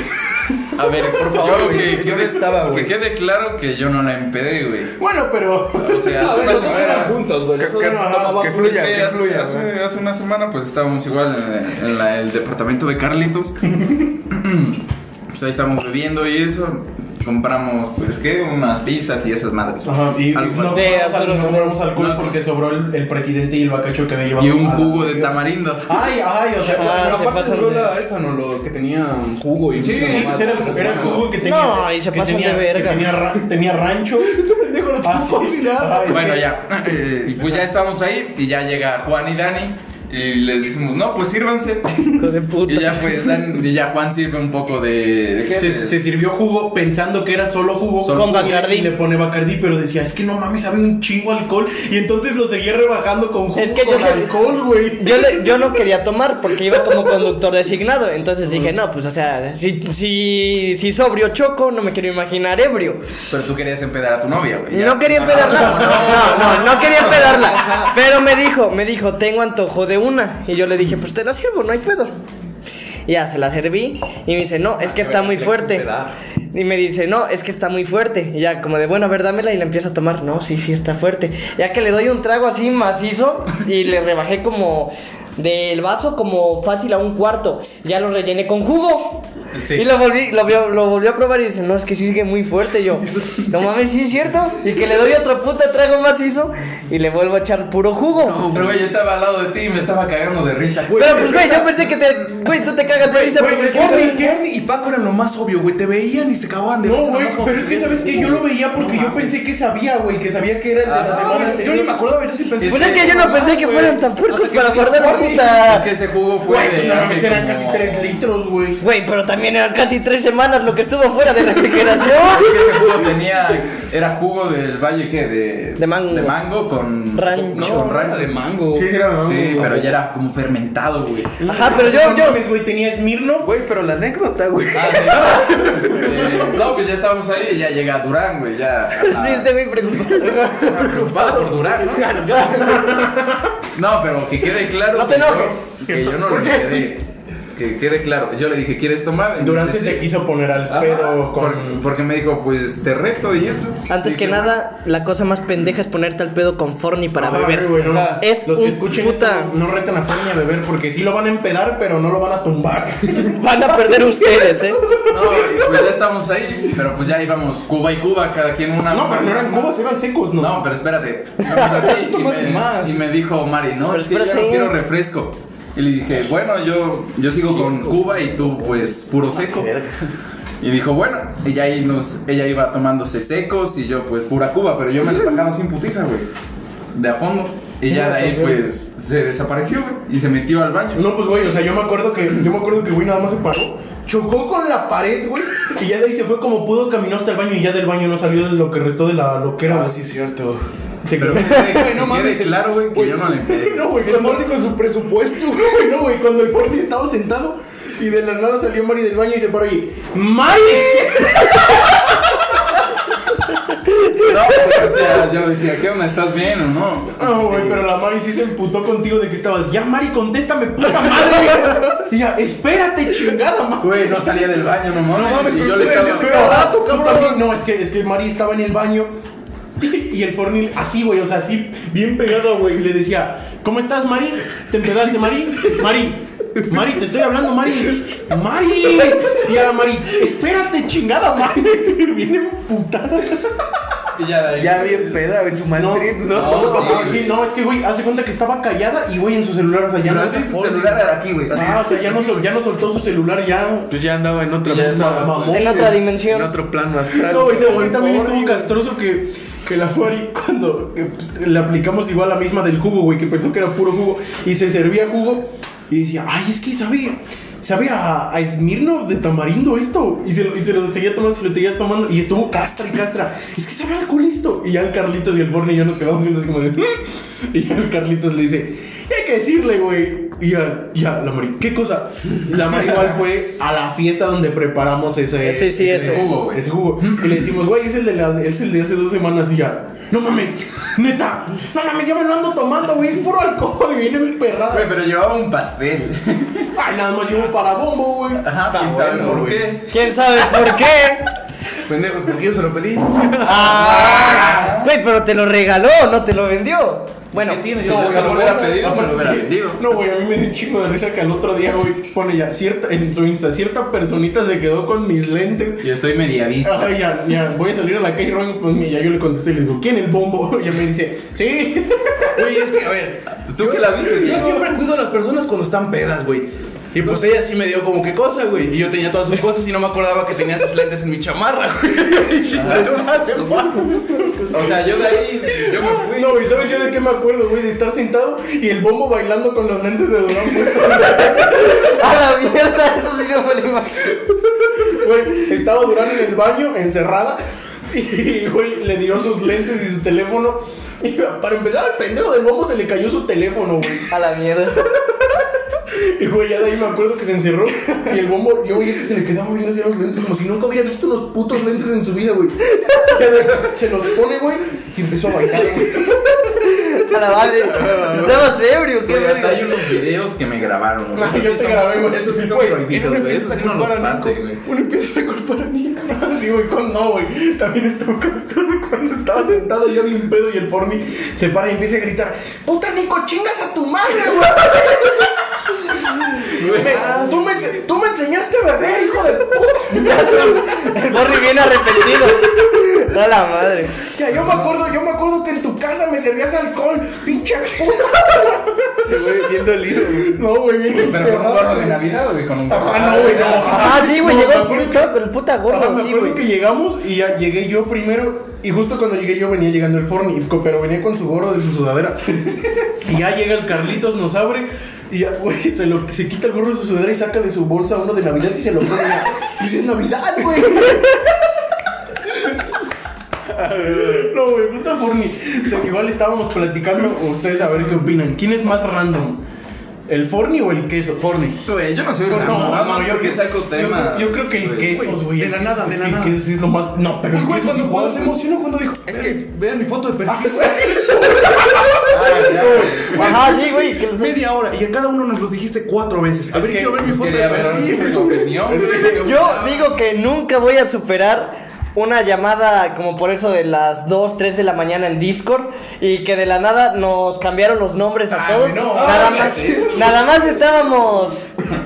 D: A ver, por favor,
E: güey,
D: que,
E: yo
D: quede,
E: estaba,
D: que
E: güey.
D: quede claro que yo no la empedé, güey.
B: Bueno, pero.
D: O sea, hace una
E: Los dos
D: semana.
E: eran juntos, güey. Los
C: Que-
E: dos
C: que-
E: eran-
C: que
E: no,
C: fluya,
D: Es que
C: que
D: hace,
C: fluya.
D: hace-
C: güey.
D: hace una semana pues estábamos igual en, en la- el departamento de Carlitos. pues ahí estábamos bebiendo y eso. Compramos pues que unas pizzas y esas madres.
B: Ajá, y, y no
D: Algo-
A: De
B: compramos, al-
A: Arturo
B: no compramos alcohol
D: No, no.
B: porque sobró el, el presidente y el bacacho que había llevado.
D: y un
B: a la-
D: jugo de tamarindo.
B: Ay, ay, o sea,
A: Ah,
B: pero
A: se
B: aparte-
A: pasa.
E: Aparte duró la esta, ¿no? Lo que tenía jugo y
D: Sí,
E: muchas
D: sí,
E: mamadas.
B: ese era,
C: pues,
B: el- era el jugo que tenía.
A: No, y se
B: que
A: pasan
B: tenía-
A: de verga.
B: que Tenía, ra- tenía rancho. Este pendejo no Ah,
D: Bueno, ya. eh, Y pues ya estamos ahí y ya llega Juan y Dani y les decimos, no, pues sírvanse.
A: Hijo de puta.
D: Y ya pues Dan- y ya Juan sirve un poco de... ¿de qué?
B: Se,
D: De-
B: se sirvió jugo pensando que era solo jugo
D: Solo
A: Con
B: jugo,
A: Bacardí.
B: Y le pone Bacardí, pero decía, es que no mames, sabe un chingo a alcohol. Y entonces lo seguía rebajando con jugo.
A: Es que yo
B: con
A: sé-
B: alcohol, güey.
A: Yo, le- yo no quería tomar porque iba como conductor designado. Entonces dije, no, pues o sea, si, si, si sobrio choco, no me quiero imaginar ebrio.
D: Pero tú querías empedar a tu novia, güey. ya.
A: No quería empedarla. No, no, no, quería empedarla. Pero me dijo, me dijo, tengo antojo de una. Y yo le dije, pues te la sirvo, no hay pedo. Y ya se la serví. Y me dice, no, es que está muy fuerte. Y me dice, no, es que está muy fuerte. Y ya, como de, bueno, a ver, dámela. Y la empiezo a tomar. No, sí, sí, está fuerte. Ya que le doy un trago así macizo. Y le rebajé como del vaso, como fácil a un cuarto. Ya lo rellené con jugo.
D: Sí.
A: Y lo volví, lo, vio- lo volví a probar y dice, no, es que sigue muy fuerte Y yo. No mames, sí es cierto. Y que le doy otro puta trago macizo y le vuelvo a echar puro jugo.
D: Pero güey, yo estaba al lado de ti y me estaba cagando de risa.
A: Pero pues, güey, yo pensé que te. Güey, tú te cagas de risa
B: güey,
A: porque
B: es que
A: Forni-
B: ¿sabes qué?
E: y Paco eran lo más obvio, güey. Te veían y se cagaban de
B: No,
E: risa
B: güey,
E: nomás cuando
B: pero es que
E: tenías
B: sabes que
E: jugo.
B: yo lo veía porque
E: No
B: yo
E: mames.
B: pensé que sabía, güey, que sabía que era el de la
D: Ah,
B: semana
E: Yo
B: anterior.
E: ni me acordaba, yo sí pensé.
A: Pues es que yo no pensé que fueran tan puercos para guardar la
D: Es
A: puta.
D: que ese jugo fue
B: Güey,
D: de
B: no
D: hace
B: mames, eran
D: como-
B: casi 3 litros, güey.
A: Güey, pero también eran casi tres semanas lo que estuvo fuera de
D: Es que
A: refrigeración.
D: ese jugo tenía. Era jugo del valle, ¿qué? De,
A: De mango.
D: De mango con.
A: Rancho.
D: No, con rancho de mango.
E: Sí,
D: Sí, pero ya era como fermentado, güey.
A: Ajá, pero yo,
B: No
A: yo.
B: mames, güey, tenía Smirnoff.
C: Güey, pero la anécdota, güey.
D: Ah, sí. Eh, no, pues ya estábamos ahí y ya llega Durán, güey. Ya.
B: Ah.
A: Sí, este güey preocupado.
D: Estaba preocupado por Durán, ¿no? No, pero que quede claro
A: No te
D: que, yo-
A: enojes.
D: que yo no le quedé. que quede claro. Yo le dije, ¿quieres tomar? Y me
B: Durante
D: dice,
B: te
D: "Sí".
B: quiso poner al
D: Ajá,
B: pedo
D: por-
B: con.
D: porque me dijo, pues te reto y eso.
A: Antes
D: Y
A: que
D: yo,
A: nada, la cosa más pendeja es ponerte al pedo con Forni para
B: Ajá,
A: beber.
B: güey, no,
A: es
B: los que
A: un
B: escuchen
A: puta-
B: esto, no retan a Fanny a beber porque sí lo van a empedar, pero no lo van a tumbar.
A: Van a perder ustedes, ¿eh?
D: No, y pues ya estamos ahí. Pero pues ya íbamos Cuba y Cuba, cada quien una.
B: No, pero no eran cubos, eran secos, ¿no?
D: No, pero espérate. Íbamos así y,
E: tomaste
D: me,
E: más.
D: y me dijo Mari, no,
A: Pero
D: es que yo ya no
A: espérate.
D: quiero refresco. Y le dije, bueno, yo, yo sigo con Cuba y tú, pues, puro
B: Ah,
D: seco. Y dijo, bueno, ella, ahí nos, ella iba tomándose secos y yo, pues, pura Cuba, pero yo me destacaba sin putiza, güey. De a fondo. Y ya de ahí, pues, se desapareció, güey. Y se metió al baño.
B: No, pues güey, o sea, yo me acuerdo que yo me acuerdo que güey nada más se paró, chocó con la pared, güey, y ya de ahí se fue como pudo, caminó hasta el baño y ya del baño no salió de lo que restó de la loquera.
E: Ah,
B: güey.
E: sí, cierto.
B: Se
D: Pero
B: quedó.
D: que quede-
E: Güey, no
D: que
E: mames,
D: quede claro, güey, que yo no le empecé.
B: No, güey,
E: El
B: cuando,
E: Morty con su presupuesto, güey.
B: güey, no, güey, cuando el Forni estaba sentado y de la nada salió Mari del baño y se paró y ¡Mari!
D: No, pues, o sea, yo decía, ¿qué onda? ¿Estás bien o no?
B: No, Ah,
E: Eh,
B: güey, pero la Mari sí se emputó contigo de que estabas, ya Mari, contéstame, puta madre. Y ya, espérate, chingada, Mari.
D: Güey, no salía del baño, no mames.
E: No mames,
D: y
E: pero
D: yo
E: tú
D: le
E: le decías,
D: estaba...
E: "Estoy barato,
B: Tú
E: cabrón".
B: también- No, es que, es que Mari estaba en el baño. Y el Fornil, así, güey, o sea, así, bien pegado, güey. y Le decía, ¿cómo estás, Mari? ¿Te empedaste, Mari? Mari, Mari, te estoy hablando, Mari. Mari. Y ahora, Mari, espérate, chingada, Mari. Viene putada.
D: Y ya, de ahí,
C: Ya
D: pues,
C: bien peda, en su mal
B: No,
C: trip, ¿no?
B: no,
D: No, sí,
B: no, sí,
D: güey.
B: no, es que, güey, hace cuenta que estaba callada y, güey, en su celular, o sea, ya
D: Pero
B: no
D: así
B: era
D: su
B: Fornil.
D: celular era aquí, güey. así.
B: Ah, o sea, ya no, sol- ya no soltó su celular, ya.
C: Pues ya andaba en otra
D: Ya
C: onda,
D: estaba,
C: mamón,
A: En otra dimensión.
C: en otro plano astral.
B: No, güey, ¿sabes qué?
C: Por
B: también
C: favor,
B: estuvo castroso que, que la Mari, cuando que, pues, le aplicamos igual la misma del jugo, güey, que pensó que era puro jugo, y se servía jugo, y decía, ay, es que sabe, sabe a, a Smirnoff de tamarindo esto, y se, lo- y se lo seguía tomando, se lo seguía tomando, y estuvo castra y castra, es que sabe a alcohol esto, y ya el Carlitos y el Borne ya nos quedamos viendo así como de, "Mm". y ya el Carlitos le dice, "¿Qué hay que decirle, güey, y ya, ya, la Mari, ¿qué cosa? La Mari igual fue a la fiesta donde preparamos ese...
A: Sí, sí, ese.
D: jugo, güey.
B: Ese jugo. Que le decimos, güey, es el de la- es el de hace dos semanas y ya. No mames, neta, no mames, ya me lo ando tomando, güey, es puro alcohol y viene mi perrada.
D: Güey, pero llevaba un pastel.
B: Ay, nada más llevo para bombo, güey.
D: Ajá, quién sabe
E: bueno,
D: por
E: güey.
D: qué.
A: ¿Quién sabe por qué?
E: Pendejos, porque yo se lo pedí.
A: Güey, pero te lo regaló, no te lo vendió. Bueno,
D: Si yo se lo hubiera pedido, me lo hubiera vendido.
B: No, güey, a mí me dio un chingo de risa que al otro día, güey, pone ya, cierta, en su Insta, cierta personita se quedó con mis lentes
D: Yo estoy media vista.
B: Ajá, ya, ya, voy a salir a la calle Ron con mi, ya yo le contesté y le digo, ¿quién el bombo? Y ella me dice, sí.
E: Güey, es que, a ver.
D: ¿Tú qué la viste,
E: Yo
D: Diego?
E: siempre cuido a las personas cuando están pedas, güey. Y pues ella sí me dio como que cosa, güey. Y yo tenía todas sus cosas y no me acordaba que tenía sus lentes en mi chamarra, güey. Chinga tu madre, Juan.
D: O sea, yo de ahí, yo me fui.
B: No, güey, ¿sabes yo de qué me acuerdo, güey? De estar sentado y el bombo bailando con los lentes de Durán puestos.
A: a la mierda, eso sí no me lo imagino.
B: Güey, estaba Durán en el baño, encerrada, y güey, le dio sus lentes y su teléfono. Y para empezar, al pendejo del bombo se le cayó su teléfono, güey.
A: A la mierda.
B: Y güey, ya de ahí me acuerdo que se encerró. Y el bombo, yo veía que se le quedaba viendo así a los lentes, como si nunca hubiera visto unos putos lentes en su vida, güey. Ya de- Se los pone, güey, y empezó a bailar, güey.
A: A la madre. Estabas ebrio, qué
D: Güey, hasta hay
A: verga.
D: unos videos que me grabaron. güey.
B: Ah,
D: Esos
B: yo
D: sí
B: te
D: son-
B: grabé, güey.
D: Esos sí son
B: Güey,
D: prohibidos,
B: uno
D: güey.
B: empieza
D: Esos
B: a
D: sí no los
B: culpar a Nico.
D: pase, güey.
B: Uno empieza a culpar a Nico. Sí, güey, con no, güey. También estuvo castroso cuando estaba sentado yo bien pedo y el porni se para y empieza a gritar: ¡Puta Nico, chingas a tu madre, güey! Me- tú, me, ense- tú me enseñaste a beber, hijo de puta.
A: El Borri viene arrepentido. A la madre.
B: O sea, yo me acuerdo, yo me acuerdo que en tu casa me servías alcohol, pinche puta.
C: Se fue bien dolido, güey.
B: No, güey, bien
D: Pero con un
B: emperrado,
D: gorro de
B: güey.
D: Navidad, güey, con un gorro.
B: Ajá, no, güey, no.
A: Ah, sí, güey,
B: No, me
A: llegó
B: acuerdo
A: el
B: que-
A: puta con el puta
B: Ajá, Ah, me
A: gorro, sí,
B: acuerdo
A: güey.
B: que llegamos y ya llegué yo primero. Y justo cuando llegué yo venía llegando el Forni, co- pero venía con su gorro de su sudadera. y ya llega el Carlitos, nos abre. Y ya, güey, se, lo- se quita el gorro de su sudadera y saca de su bolsa uno de Navidad y se lo pone. Y dice, es Navidad, güey. No, güey, puta Forni. O sea, que igual estábamos platicando, ustedes a ver qué opinan. ¿Quién es más random? ¿El Forni o el queso? Forni.
D: Güey, yo no soy una
B: No,
D: mamá,
B: no, yo
D: porque
B: creo-
D: saco
B: yo
D: temas.
B: creo- Yo, creo que el
D: güey.
B: queso, güey.
E: de
B: el
E: la
B: queso-
E: nada, de
B: es
E: la
B: que
E: nada.
B: El queso sí es lo más. No, pero. el
E: Güey,
B: queso
E: cuando,
B: sí
E: cuando
B: puede
E: se
B: ser-
E: emocionó cuando dijo, es que vean mi foto de perfil.
D: Ah,
A: Ajá, sí, güey. que los-
E: Media hora. Y a cada uno nos los dijiste cuatro veces. A ver, quiero
D: Pues
E: ver mi foto de perfil.
A: Yo digo que nunca voy a superar una llamada como por eso de las 2, 3 de la mañana en Discord y que de la nada nos cambiaron los nombres a
D: Ah,
A: todos.
D: no.
A: Nada
D: Ah,
A: más,
D: sí, sí.
A: nada más estábamos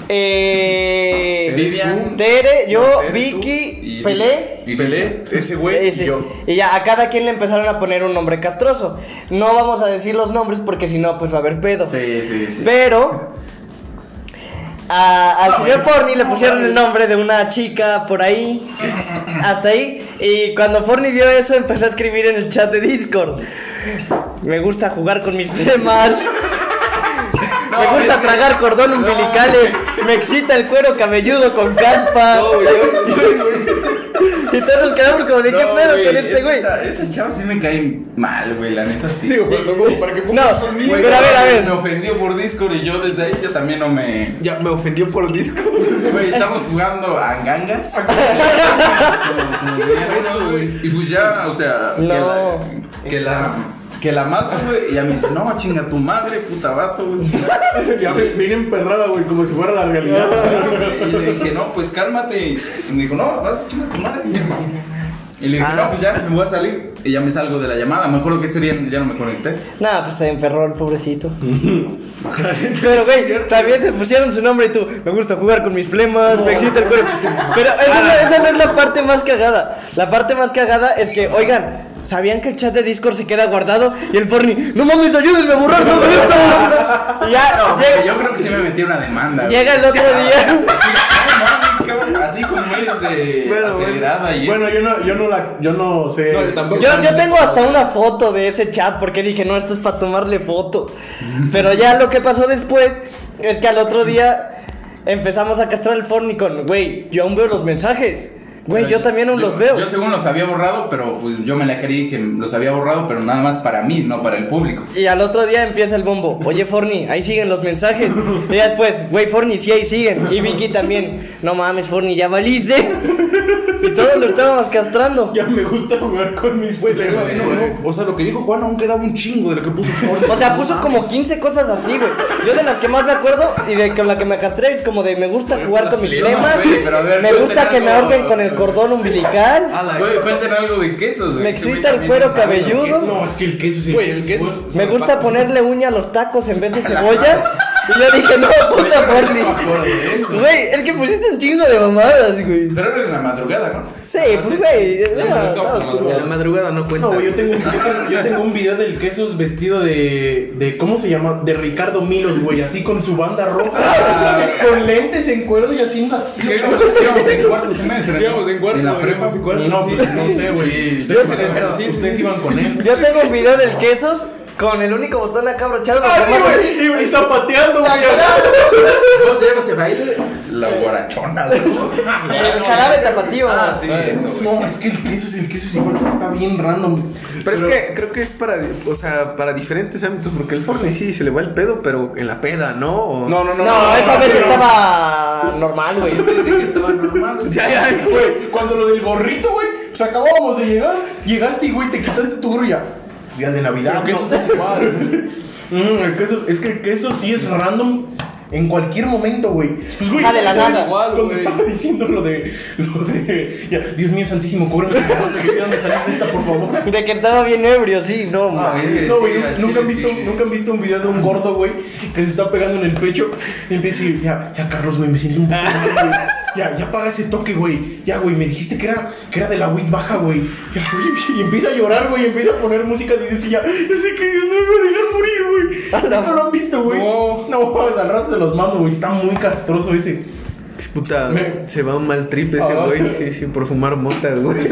A: eh,
D: Vivian.
A: Tere, yo,
E: Tere, tú
A: Vicky,
D: y-
A: Pelé.
E: Y Pelé, ese güey
A: Ese.
E: y yo.
A: Y ya a cada quien le empezaron a poner un nombre castroso. No vamos a decir los nombres porque si no, pues va a haber pedo.
D: Sí, sí, sí.
A: Pero a- al señor Forney le pusieron el nombre de una chica por ahí. Hasta ahí. Y cuando Forney vio eso, empezó a escribir en el chat de Discord. Me gusta jugar con mis temas. me gusta tragar cordón umbilical. eh. Me excita el cuero cabelludo con caspa. y todos nos quedamos como de qué
D: No,
A: pedo
D: güey,
A: con este
D: es-
A: güey.
D: Esa, esa chava sí me cae mal, güey, la neta sí.
E: Digo, pero no, para que
A: No,
E: pongas estos míos.
A: pero a ver, a ver.
D: Me ofendió por Discord y yo desde ahí yo también no me.
C: Ya me ofendió por el disco.
D: Güey, estamos jugando a gangas.
E: Eso, güey.
D: Y pues ya, o sea, que
A: No.
D: la. Que la. Que la mato, güey. Y ella me dice, no, chinga tu madre, puta vato, güey.
B: Ya vi- vine emperrada, güey, como si fuera la realidad.
D: Y le dije, no, pues cálmate. Y me dijo, no, vas a chingar a tu madre. Y le dije, no, pues ya, me voy a salir. Y ya me salgo de la llamada. Me acuerdo que ese día ya no me conecté.
A: Nada, pues se enferró el pobrecito. Pero, güey, también se pusieron su nombre y tú, me gusta jugar con mis flemas, me excita el cuerpo. Pero esa no,
D: Ah.
A: esa no es la parte más cagada. La parte más cagada es que, oigan, ¿sabían que el chat de Discord se queda guardado? Y el Forni, no mames, ayúdenme a borrar todo esto. Y ya,
D: No,
A: llega,
D: yo creo que sí me metí una demanda. güey.
A: llega el otro día.
D: Así, no mames, cabrón, Así como eres de acelerada y
B: Bueno,
D: eso.
B: yo no, yo no la, yo no sé.
E: Ah, No, yo tampoco.
A: Yo, yo tengo hasta una foto de ese chat porque dije, no, esto es para tomarle foto. Pero ya lo que pasó después es que al otro día empezamos a castrar el Forni con, güey, yo aún veo los mensajes. Güey, yo también aún los veo.
D: Yo según los había borrado, pero pues yo me la creí que los había borrado, pero nada más para mí, no para el público.
A: Y al otro día empieza el bombo. Oye, Forni, ahí siguen los mensajes. Y ya después, güey, Forni, sí, ahí siguen. Y Vicky también. No mames, Forni, ya valiste. Y todos lo estábamos castrando.
B: Ya me gusta jugar con mis
E: Pero,
B: juegos.
E: güey, no, no. O sea, lo que dijo Juan aún quedaba un chingo de lo que puso Jorge.
A: O sea, puso como 15 cosas así, güey. Yo de las que más me acuerdo y de con la que me castré es como de me gusta jugar con mis flemas,
D: Oye, pero a ver,
A: me gusta
D: cuenten
A: que me
D: algo.
A: ahorquen con el cordón umbilical,
D: Güey, cuenten algo de quesos, güey.
A: me
D: Ese güey
A: excita el
D: también
A: cuero
D: está hablando de
A: cabelludo.
B: No, es que el queso sí.
E: Güey, el queso.
A: me gusta ponerle uña a los tacos en vez de cebolla. Y yo dije, no, puta
D: quesos. No
A: Forni.
D: me acuerdo de eso.
A: Güey, el que pusiste un chingo de mamadas, güey.
D: Pero era en la madrugada, ¿no?
A: Sí, pues, güey. no, no, sí.
C: La madrugada no cuenta.
B: No, güey, yo tengo, un video, yo tengo un video del quesos vestido de, de. ¿Cómo se llama? De Ricardo Milos, güey, así con su banda roja. con lentes en cuero y haciendo así.
D: ¿Qué íbamos en cuarto semestre?
E: Íbamos en cuarto,
D: En la
E: güey,
D: prepa.
E: íbamos en cuarto.
B: No, pues no sé, güey. Ustedes, ustedes- ustedes iban con él.
A: Yo tengo un video del quesos con el único botón acá abrochado.
B: Ah,
A: porque además así-
B: Y, y zapateando, güey.
D: ¿Cómo se llama ese baile? La guarachona, güey.
A: El jarabe tapatío.
D: Ah,
A: ¿no?
D: sí, eso, güey.
B: No, es que el queso es el queso, es igual está bien random.
C: Pero, es que creo que es para, o sea, para diferentes ámbitos, porque el Fortnite sí se le va el pedo, pero en la peda, ¿no? O-
B: No, no, no.
A: No, esa vez estaba normal, güey.
D: Yo pensé que estaba normal.
B: Ya, ya, güey. Cuando lo del gorrito, güey, pues acabábamos de llegar. Llegaste y, güey, te quitaste tu gorro y ya.
E: Día de Navidad.
B: El queso
E: no,
B: está Mm, el queso, es que el queso sí es random en cualquier momento, güey. Pues, güey,
A: Ah, de la
B: ¿sabes?
A: nada.
B: Cuando estaba diciendo lo de. Lo de. ya, Dios mío, santísimo, cóbrame que quieran salir de esta, por favor.
A: De que estaba bien ebrio, sí, no,
D: Ah,
A: mames.
D: es que
B: No,
D: sí,
B: güey,
D: al
B: nunca,
D: chile
B: han visto,
D: sí.
B: nunca han visto un video de un gordo, güey, que se está pegando en el pecho y empieza a decir, ya, ya, Carlos, güey, me siento un poco mal, güey. Ya, ya paga ese toque, güey. Ya, güey, me dijiste que era, que era de la weed baja, güey. Ya, güey, Y empieza a llorar, güey, y empieza a poner música y dice, ya, yo sé que Dios no me va a dejar morir, güey.
A: A la-
B: Nunca lo han visto, güey.
E: No.
B: No, mames, al rato se los mando, güey. Está muy castroso ese.
C: Puta,
B: Me-
C: se va un mal trip ese
B: Ah.
C: güey sí, sí, por fumar mota, güey.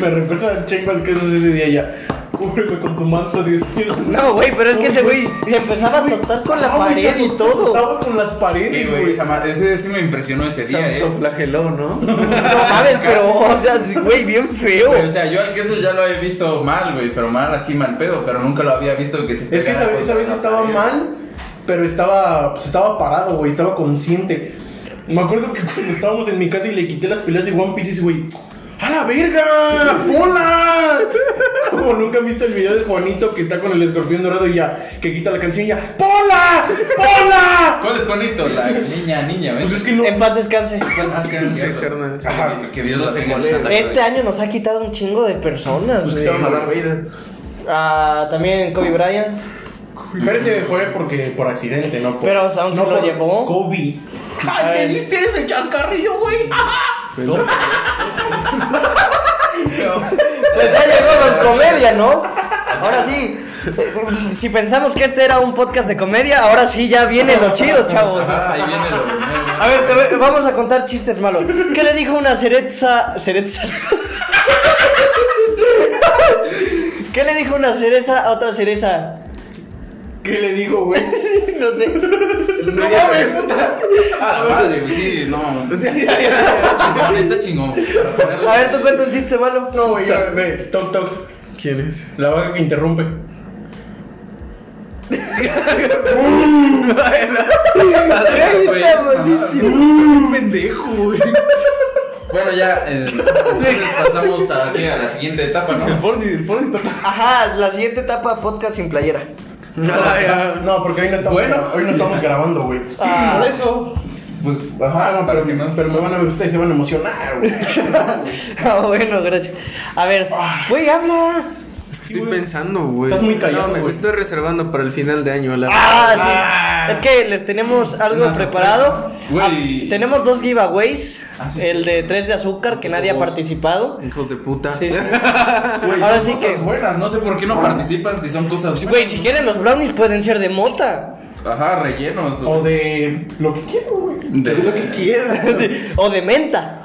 B: Me recuerda al chingo al que no sé ese día ya. Cúbreme con tu manto, Dios mío.
A: No, güey, pero es que ese güey se empezaba a soltar con la
B: No, Ah,
A: pared
B: güey, se
A: y
B: azotó, se
A: todo.
B: azotaba con las
D: Sí,
B: paredes,
D: güey,
B: güey.
D: esa ma- ese sí me impresionó ese
C: Se
D: día, eh.
C: autoflageló, ¿no?
A: No mames, pero, o sea, sí, güey, bien feo.
D: Güey, o sea, yo al queso ya lo había visto mal, güey, pero mal así, mal pedo, pero nunca lo había visto que se
B: Es que
D: pegara
B: esa vez, esa
D: contra
B: vez
D: la
B: estaba
D: pared.
B: mal, pero estaba, pues, estaba parado, güey, estaba consciente. Me acuerdo que cuando estábamos en mi casa y le quité las pilas de One Piece, ese güey. Ah, ¡A la verga! ¡Hola! Como nunca han visto el video de Juanito que está con el escorpión dorado y ya, que quita la canción y ya, ¡Pola! ¡Pola!
D: ¿Cuál es Juanito? La niña, niña,
B: Pues
D: ¿ves?
B: es que no.
A: En paz descanse.
C: carnal.
D: Ajá, que Dios los tenga en Santa Claus.
A: Este año nos ha quitado un chingo de personas.
B: Pues
A: güey.
B: quitaron a Darth Vader.
A: Ah, también Kobe Bryant.
B: Pero ese fue porque por accidente, no por.
A: Pero aún se
B: no
A: lo
B: por
A: llevó.
B: Kobe.
A: A
B: ¡Ay,
A: ver.
B: te diste Ah, ese chascarrillo, güey!
A: Pues ya llegó Don Comedia, ¿no? Ahora sí. eh, Si pensamos que este era un podcast de comedia, ahora sí ya viene lo chido, chavos.
D: Ajá, ahí viene lo.
A: A ver, te ve- vamos a contar chistes malos. ¿Qué le dijo una cereza. cereza? ¿Qué le dijo una cereza a otra cereza?
B: ¿Qué le digo, güey?
A: No sé.
B: ¡No mames, puta!
D: Ah, la madre, güey, sí, no. Chingón, está chingón. Para ponerlo-
A: A ver, tú cuenta un chiste malo.
B: No, güey, ya, ve, toc, toc.
C: ¿Quién es?
B: La vaca que interrumpe.
A: Ahí
D: Güey,
A: está
D: ajá.
A: buenísimo.
E: pendejo, güey.
D: Bueno, ya. eh, Entonces pasamos a, ¿qué? a la siguiente etapa, ¿no?
E: Porni, el porni está.
A: Ajá, la siguiente etapa, podcast sin playera.
C: Ah,
B: No, porque hoy no estamos,
D: Bueno.
B: hoy no estamos grabando, güey.
A: Ah.
B: Por eso. Pues,
D: Ah,
B: ajá, no,
D: para
B: pero,
D: que no se-
B: pero me van a ver ustedes y se van a emocionar, güey.
A: Ah, bueno, gracias. A ver, güey, habla.
C: Estoy pensando, güey.
B: Estás muy callado,
C: No, me
B: güey.
C: estoy reservando para el final de año. La...
A: Ah, sí. Es que les tenemos algo
D: Una
A: preparado.
D: sorpresa. Güey.
A: Ah, tenemos dos giveaways.
D: Ah, sí, sí.
A: El de tres de azúcar que nadie ha participado.
C: Hijos de puta.
A: Sí, sí.
D: Güey,
A: Ahora
D: son
A: sí
D: cosas
A: que-
D: buenas, no sé por qué no participan si son cosas buenas.
A: Güey, si quieren los brownies pueden ser de mota.
D: Ajá, rellenos.
B: O
D: güey.
B: de lo que quiero, güey.
D: De-
B: lo que quiera.
A: o de menta.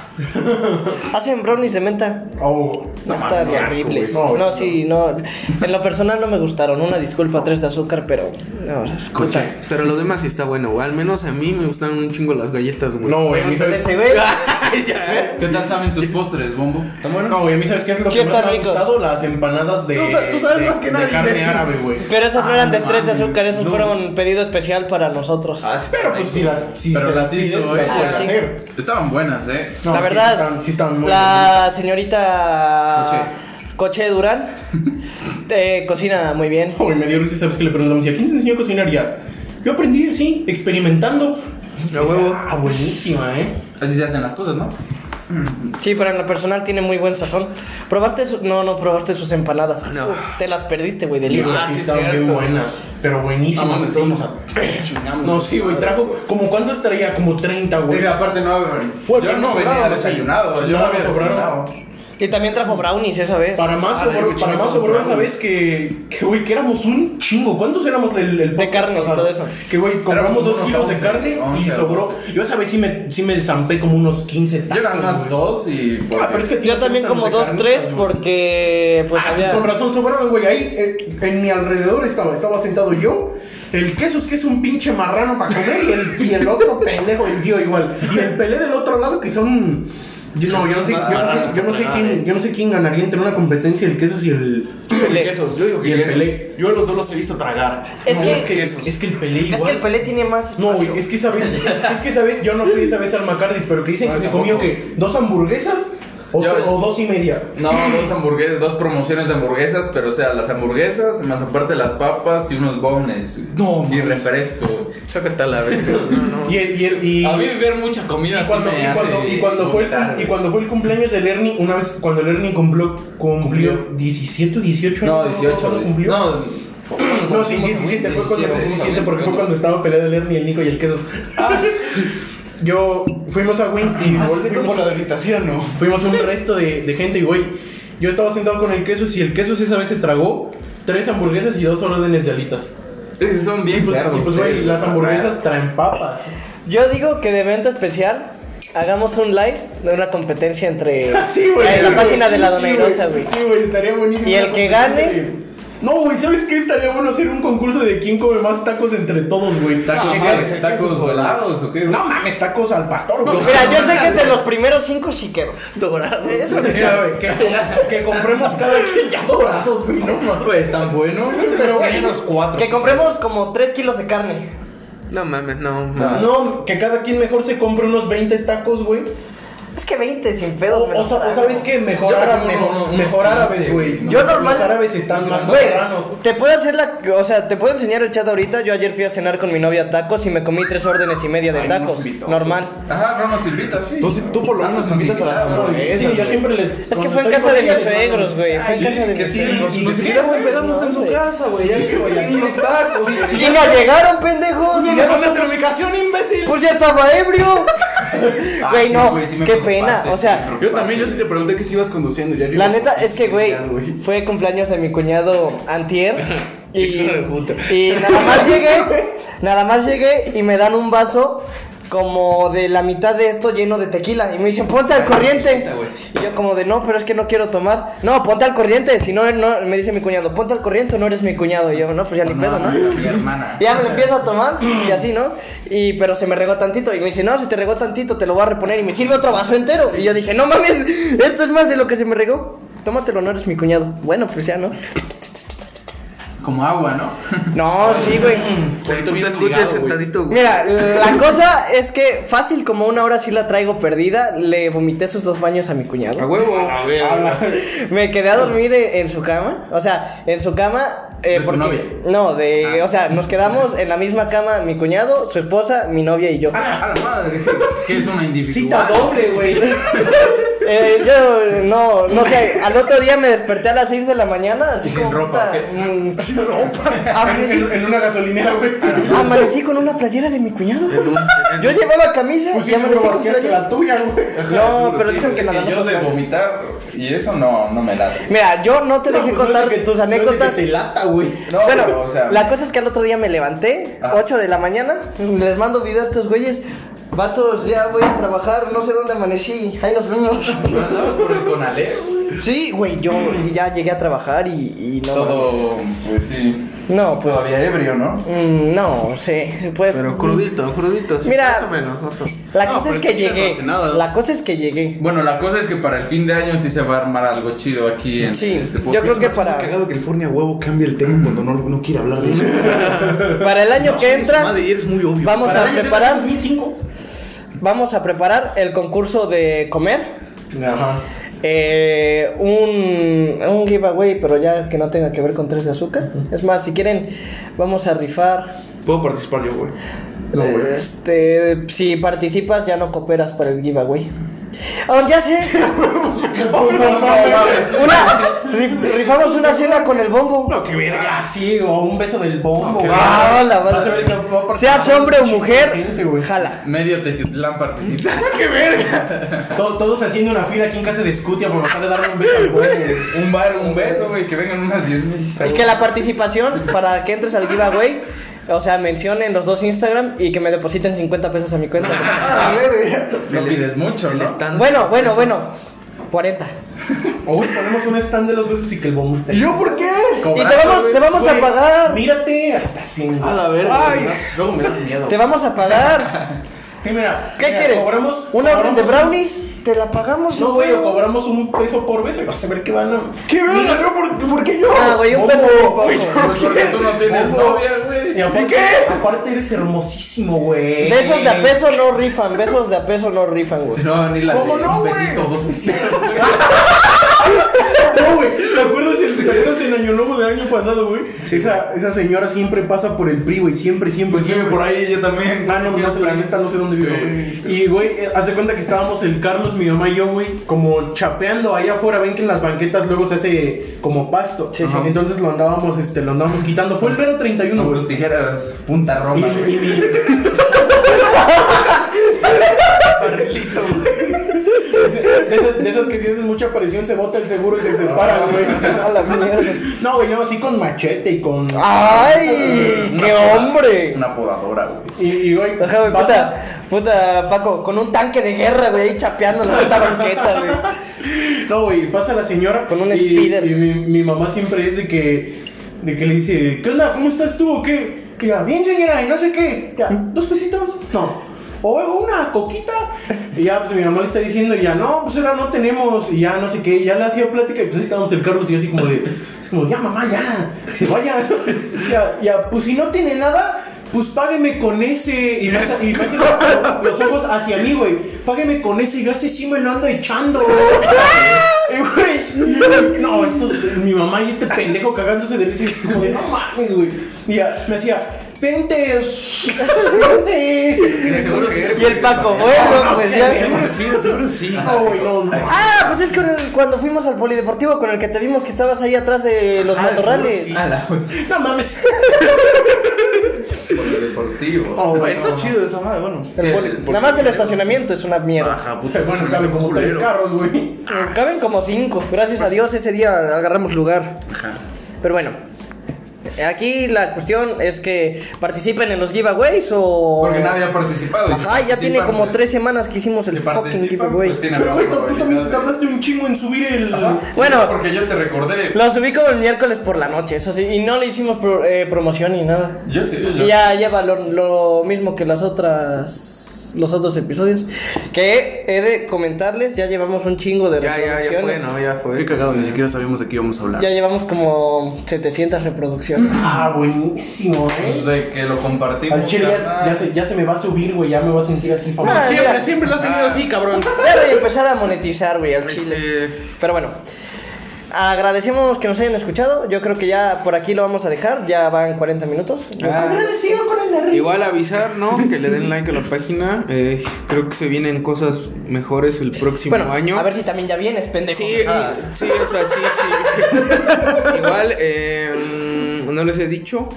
A: Hacen brownies de menta.
B: Oh,
A: No,
B: mames,
A: están
B: qué asco,
A: horribles.
B: güey.
A: No, sí, no. En lo personal no me gustaron. Una disculpa, tres de azúcar, pero. No.
D: Coche.
C: Pero lo demás sí está bueno, güey. Al menos a mí me gustan un chingo las galletas, güey.
B: No, güey, a mí sabes.
A: Ese güey.
D: ¿Qué tal saben sus postres, bombo?
B: ¿Están buenos? No, güey, a mí sabes qué es lo
A: Sí,
B: que más
A: están
B: me ha
A: ricos.
B: gustado las empanadas de.
E: Tú ta- tú sabes
B: de-
E: más que
B: de
E: nadie,
B: carne
E: imbécil.
B: árabe, güey.
A: Pero esas no eran
B: Ah,
A: de tres de
D: mames,
A: azúcar, esos
D: no.
A: fueron pedido especial para nosotros.
C: Ah,
B: Pero pues si las. Si
D: Pero
B: se
D: las hizo,
B: pides,
D: güey.
B: las puedes
A: Ah, sí.
B: hacer.
D: Estaban buenas, ¿eh?
B: No,
A: la
B: sí
A: verdad,
B: están- sí están muy
A: la señorita Coche, Durán te cocina muy bien.
B: Güey, me dio risa, ¿sabes que le preguntamos? ¿Y a quién te enseñó a cocinar? Ya, yo aprendí así, experimentando.
C: A huevo.
B: Ah, buenísima, ¿eh?
D: Así se hacen las cosas, ¿no?
A: Sí, pero en lo personal tiene muy buen sazón. ¿Probaste su- No, no probaste sus empanadas.
C: No.
A: Te las perdiste, güey, de
B: Sí,
A: libro.
B: sí, estaban bien buenas, pero buenísimas.
E: Vamos,
B: estuvimos
E: a. Chingamos.
B: No, sí, güey, trajo... ¿Como cuántas traía? Como 30, güey.
D: Oiga, aparte no,
B: Güey,
D: yo
B: pero
D: no
B: nos
D: venía
B: sobraron,
D: desayunado,
B: güey.
D: yo no
B: No,
D: había
B: nos sobraron.
D: desayunado.
A: Y también trajo brownies esa vez.
B: Para más,
E: Ah,
B: sobró,
E: qué
B: para más
E: chingados
B: sobró esa
E: brownies.
B: vez que, que, güey, que éramos un chingo. ¿Cuántos éramos del el podcast
A: carne y
B: pasado?
A: todo eso.
B: Que, güey, compramos
D: Éramos
B: dos
D: unos
B: kilos
D: 11,
B: de carne y
D: 11,
B: sobró.
D: 12.
B: Yo esa vez sí me, sí me zampé como unos 15 tacos,
D: Yo eran más
B: güey.
D: dos y...
B: Ah, pero es que a ti
A: Yo
B: no te
A: también
B: gustan
A: como
B: los de
A: dos,
B: carnitas,
A: tres,
B: güey.
A: porque pues
B: Ah, pues
A: había...
B: con razón sobraron, güey. Ahí eh, en mi alrededor estaba, estaba sentado yo. El queso es que es un pinche marrano para comer y el, y el otro pendejo, el tío igual. Y el pelé del otro lado que son. Yo no, yo no sé, yo no sé- yo no sé
D: eh.
B: quién, yo no sé quién ganaría entre una competencia el queso y el.
A: Pelé.
C: pues,
E: Quesos, yo digo
B: Y
E: que
B: el
E: quesos.
B: Pelé.
E: Yo a los dos los he visto tragar.
A: Es
B: No,
A: que-
E: quesos.
B: es que el pelé
A: Es
B: igual.
A: que el Pelé tiene más...
B: No,
A: espacio.
B: güey, es que esa vez, es que esa vez, yo no fui esa vez al Macardis, pero que dicen
D: No,
B: que se
D: tampoco.
B: comió que dos hamburguesas o,
D: Yo-
B: o dos y media.
D: No, dos hamburguesas, dos promociones de hamburguesas, pero o sea, las hamburguesas, más aparte las papas y unos bones.
E: No,
D: Y
E: mames.
D: refresco.
C: Sácate a la verga. No, no.
B: Y, el- y, el- y,
D: A mí ver mucha comida
B: Y
D: sí
B: cuando,
D: me
B: y
D: hace
B: cuando- y cuando fue el, cum-
D: vomitar,
B: y cuando fue el cumpleaños del Ernie, una vez cuando el Ernie cumplió, cumplió
D: Cumplió.
B: 17 o 18
D: No,
B: años,
D: 18.
B: ¿cuándo
D: dice-
B: cumplió?
D: No,
B: No, sí, 17, fue cuando 17, porque fue cuando estaba peleado el Ernie, el Nico y el Queso. Yo fuimos a Wings y
E: Así
B: volvimos-
E: Ah, como la de ahorita, ¿sí o no?
B: fuimos un resto de, de gente y güey, yo estaba sentado con el Queso y el Queso esa vez se tragó tres hamburguesas y dos órdenes de alitas.
D: Esos son bien
B: Pues, y pues güey, las hamburguesas traen papas. ¿eh?
A: Yo digo que de evento especial hagamos un live de una competencia entre
B: Sí, güey.
A: en Eh, la
B: Sí,
A: página
B: güey.
A: de la
B: Sí,
A: Donairosa, güey.
B: Sí, güey, estaría buenísimo.
A: Y el que gane-
B: No, güey, ¿sabes qué? Estaría bueno hacer un concurso de quién come más tacos entre todos, güey.
D: ¿Tacos,
B: Que
D: mames,
B: gane-
D: tacos volados o qué?
B: No mames, tacos al pastor, güey.
A: Mira, yo sé que de los primeros cinco sí quedo.
C: Dorado.
A: Eso me
B: Mira,
A: queda.
B: güey, que, que compremos cada quien ya dorados, güey, no mames.
D: Pues tan bueno.
B: Pero güey, unos cuatro.
A: Que compremos como 3 kilos de carne.
C: No mames, no. mames.
B: No, que cada quien mejor se compre unos 20 tacos, güey.
A: Es que 20 sin pedos,
B: O,
A: me los
B: o sa- o
A: trago.
B: sabes que mejor
D: Yo creo
B: árabe,
D: que uno- uno- unos Pues,
B: mejor
D: 15,
B: árabes, güey.
D: ¿no?
A: Yo normal-
B: Los árabes están más
A: Güey,
B: marranos.
A: te puedo hacer la. O sea, te puedo enseñar el chat ahorita. Yo ayer fui a cenar con mi novia a tacos y me comí tres órdenes y media de
D: Ay,
A: tacos.
D: nos invitó.
A: Normal.
D: Ajá, no nos sirvitas.
F: Tú, tú por lo
D: Ah,
F: menos
D: pues,
F: nos invitas a las
D: invitaron, güey.
F: hamburguesas.
B: Sí, yo
F: güey.
B: siempre les.
A: Es que fue en casa de mis suegros, güey. Fue en casa de
D: ¿Qué
A: mis
D: tienen?
A: suegros.
D: Nos
F: Nos
D: invitas,
F: invitas a
D: güey,
F: vernos en su casa, güey. Ya que güey, aquí los tacos.
A: Y no llegaron, pendejos.
F: Tienes nuestra ubicación, imbécil.
A: Pues ya estaba ebrio. Güey,
D: Ah, sí,
A: no.
D: güey, sí me
A: qué
D: preocupaste,
A: pena. O
D: sí me
A: sea,
D: preocupaste.
C: Yo también, yo sí te pregunté que si ibas conduciendo. Ya
A: la neta es que, güey, fue cumpleaños de mi cuñado Antier. Y,
B: Hijo de puta.
A: y nada más llegué, nada más llegué y me dan un vaso como de la mitad de esto lleno de tequila. Y me dicen, ponte
B: Ah,
A: al corriente. Y yo como de, no, pero es que no quiero tomar. No, ponte al corriente. Si no, no me dice mi cuñado, ponte al corriente o no eres mi cuñado. Y yo, no, pues ya ni pedo, ¿no?
D: Mi hermana.
A: Y Ya me lo empiezo a tomar y así, ¿no? Y pero se me regó tantito y me dice, no, se te regó tantito, te lo voy a reponer y me sirve otro vaso entero. Y yo dije, no mames, esto es más de lo que se me regó. Tómatelo, no eres mi cuñado. Bueno, pues ya, ¿no?
D: Como agua, ¿no?
A: No, sí, güey. Mira, la cosa es que fácil como una hora sí la traigo perdida, le vomité sus dos baños a mi cuñado.
G: A huevo.
A: Me quedé a dormir en, en su cama, o sea, en su cama. eh,
D: ¿De tu
A: porque-
D: novia? Ah.
A: No, de. O sea, nos quedamos en la misma cama mi cuñado, su esposa, mi novia y yo.
D: A la madre. Que es una
B: Cita
D: individual.
B: doble, güey.
A: Eh, yo eh, no, no sé, al otro día me desperté a las 6 de la mañana, así
D: Y sin
A: como puta,
D: ropa, ¿qué?
A: mm,
B: en,
A: Amanecí,
B: en una gasolinera, güey.
A: Ah, amanecí con una playera de mi cuñado.
D: En un- en-
A: Yo llevaba camisa y
B: Pusiste
A: amanecí
B: una
A: con
B: vasqueaste
A: playera.
B: la tuya, güey.
A: No, pero dicen que nada
D: Y Yo
A: más.
D: de vomitar y eso no, no me late.
A: Mira, yo no te dejé
B: No, pues, no
A: contar
B: es de que-
A: tus
B: no es de que
A: anécdotas.
B: te lata, güey.
D: No,
A: bueno,
D: pero, o sea, Ah.
A: la cosa es que al otro día me levanté,
D: Ajá.
A: 8 de la mañana, les mando video a estos güeyes. Vatos, ya voy a trabajar, no sé dónde amanecí, ahí nos vemos.
D: ¿no andabas por el Conalep?
A: Sí, güey, yo ya llegué a trabajar y, y no. mames.
D: Todo, pues sí.
A: No, pues.
D: Todavía ebrio, ¿no?
A: Mm, no, sí, pues.
G: Pero crudito, crudito. sí,
A: Mira.
G: Más o menos. más o menos.
A: La
D: No,
A: cosa
D: pero
A: es que
D: tú ya no
A: llegué.
D: hace nada.
A: La cosa es que llegué.
D: Bueno, la cosa es que para el fin de año sí se va a armar algo chido aquí en
A: Sí,
D: este
A: yo creo que para,
C: cagado que el Fornia huevo cambie el tema cuando no, no quiere hablar de eso.
A: para el año que entra
C: Madre, eres muy obvio.
A: vamos a
B: Para el año de
A: preparar
B: 2005.
A: vamos a preparar el concurso de comer.
B: Ajá.
A: Eh, un, un giveaway, pero ya que no tenga que ver con tres de azúcar. Es más, si quieren, vamos a rifar.
F: Puedo participar yo, güey.
A: Eh, este, si participas, ya no cooperas para el giveaway. Ah, ya sé. una, rif- rifamos una cena con el bombo.
B: No, qué verga. Sí, o un beso del bombo, güey.
A: Ah, la
B: Vas a
A: madre.
B: ver que va a participar
A: Seas hombre o mujer,
B: gente, güey.
A: jala.
D: Medio Tecitlán participa.
B: To- Todos haciendo una fila aquí en casa de Scutia por tratar de darle un beso al güey.
D: un bar, un beso, güey, que vengan unas 10 mil.
A: Y que la participación para que entres al giveaway, o sea, mencionen los dos Instagram y que me depositen 50 pesos a mi cuenta.
B: A ver,
D: No pides mucho, ¿no?
A: Bueno, bueno, bueno. 40.
B: Hoy ponemos un stand de los besos y que el bombo esté.
C: ¿Yo por qué?
A: Y
D: Cobrando,
A: te vamos, te
D: güey.
A: vamos a
B: Güey,
A: pagar.
B: Mírate, ah, estás bien.
C: A la verga. me das- Luego me das miedo.
A: Te vamos a pagar.
B: Sí, mira,
A: ¿Qué
B: mira,
A: quieres?
B: Cobramos,
A: ¿Una orden de
B: cobramos-
A: brownies? Te la pagamos.
B: No,
A: sin
B: güey, o
A: pedo.
B: cobramos un peso por beso y vas a ver qué van a.
C: ¿Qué verga? ¿Yo por, por qué yo?
A: Ah, güey, un
B: No,
A: peso muy poco.
B: güey,
D: Pues porque tú no tienes
B: Ojo.
D: novia, güey.
B: Y aparte,
C: qué?
B: aparte eres hermosísimo, güey.
A: Besos de a peso no rifan, besos de a peso no rifan, güey.
D: Si no, ni la
B: ¿Cómo
D: de
B: no,
D: un
B: güey?
D: besito, dos besitos.
B: No, güey. ¿Te acuerdas el, te acuerdas en Año Nuevo del año pasado, güey? Esa, esa señora siempre pasa por el PRI, güey. Siempre, siempre,
D: Pues vive
B: siempre.
D: por ahí, yo también.
B: Ah, no, no sé, la neta no sé dónde vivo, güey. Y, güey, eh, haz de cuenta que estábamos el Carlos, mi mamá y yo, güey, como chapeando allá afuera. Ven que en las banquetas luego se hace como pasto.
A: Sí, sí.
B: Ajá. Entonces lo andábamos, este, lo andábamos quitando. Fue el vero 31,
D: Con
B: güey.
D: tus tijeras, punta
B: Y,
D: roma. güey.
B: y mi... De esas, de esas que si haces mucha presión se bota el seguro y se separa, güey.
A: A la mierda.
B: No, güey, no, así con machete y con...
A: ¡Ay!
D: Una
A: ¡Qué
D: poda-
A: hombre!
D: Una podadora, güey.
B: Y, y, güey,
A: Ajá, güey,
B: pasa-
A: puta, puta, Paco, con un tanque de guerra, güey, ahí chapeando la puta banqueta, güey.
B: No, güey, pasa la señora
A: Con un
B: y,
A: speeder.
B: y mi, mi mamá siempre es de que, de que le dice, ¿qué onda? ¿Cómo estás tú o qué? Que ya, bien señora, y no sé qué. Ya, dos pesitos. No. O una coquita. Y ya, pues mi mamá le está diciendo, y ya, no, pues ahora no tenemos. Y ya, no sé qué. Y ya le hacía plática. Y pues ahí estábamos el Carlos y yo así como de, así como, ya, mamá, ya, que se vaya. ya, ya, pues si no tiene nada. Pues págueme con ese y me hace, y me hace los, los ojos hacia mí, güey. Págueme con ese y yo ese sí me lo ando echando. Y, güey, no, esto, mi mamá y este pendejo cagándose de risa y es como de, no mames, güey. Y ya, me hacía, vente, vente.
H: Seguro que-
A: Y el Paco, bueno, pues ya.
H: Seguro sí, seguro sí.
B: No, güey, no, no.
A: Ah, pues es que cuando fuimos al polideportivo con el que te vimos que estabas ahí atrás de los
D: Ah,
A: matorrales. Ah,
H: A la
B: No mames.
D: Deportivo.
A: Oh,
B: No, güey,
H: Está
B: no.
H: chido esa madre, bueno.
A: El poli- Nada más el estacionamiento es una mierda.
H: Ajá, puta,
B: Pues bueno, caben como tres carros, güey.
A: Caben como cinco. Gracias a Dios ese día agarramos lugar. Pero bueno. Aquí la cuestión es que participen en los giveaways o.
D: Porque nadie ha participado. y si
A: Ajá, ya tiene
D: participan,
A: como
D: pues,
A: tres semanas que hicimos
D: Si
A: el fucking
D: participan,
A: giveaway.
D: pues tiene
B: Pero, güey, tú tú también
D: probabilidades.
B: te tardaste un chingo en subir el.
A: Bueno.
D: Porque yo te recordé.
A: Lo subí como el miércoles por la noche, eso sí, y no le hicimos pro- eh, promoción ni nada.
D: Yo sí, yo.
A: Y ya lleva lo, lo mismo que las otras los otros episodios que he de comentarles ya llevamos un chingo de
C: Ya, ya, ya fue,
A: reproducciones
C: no, ya fue.
H: Qué cagado, ni siquiera sabíamos de qué íbamos a hablar.
A: Ya llevamos como 700 reproducciones
C: Mm,
B: Ah, buenísimo, eh.
D: Pues de que lo compartimos.
B: Al chile ya,
D: carnal.
B: ya se, ya se me va a subir, güey. Ya me voy a sentir así famoso.
A: Ah, mira,
H: siempre lo has tenido así, cabrón.
A: ya voy a empezar a monetizar güey al chile pero bueno agradecemos que nos hayan escuchado yo creo que ya por aquí lo vamos a dejar ya van 40 minutos
C: Ah,
B: Agradecido con el de arriba.
C: Igual avisar, ¿no? Que le den like a la página. Eh, creo que se vienen cosas mejores el próximo
A: bueno
C: año.
A: a ver si también ya vienes pendejo Ah.
C: Sí, eh. y- sí, o sea, sí, sí. Igual, eh, mm, no les he dicho.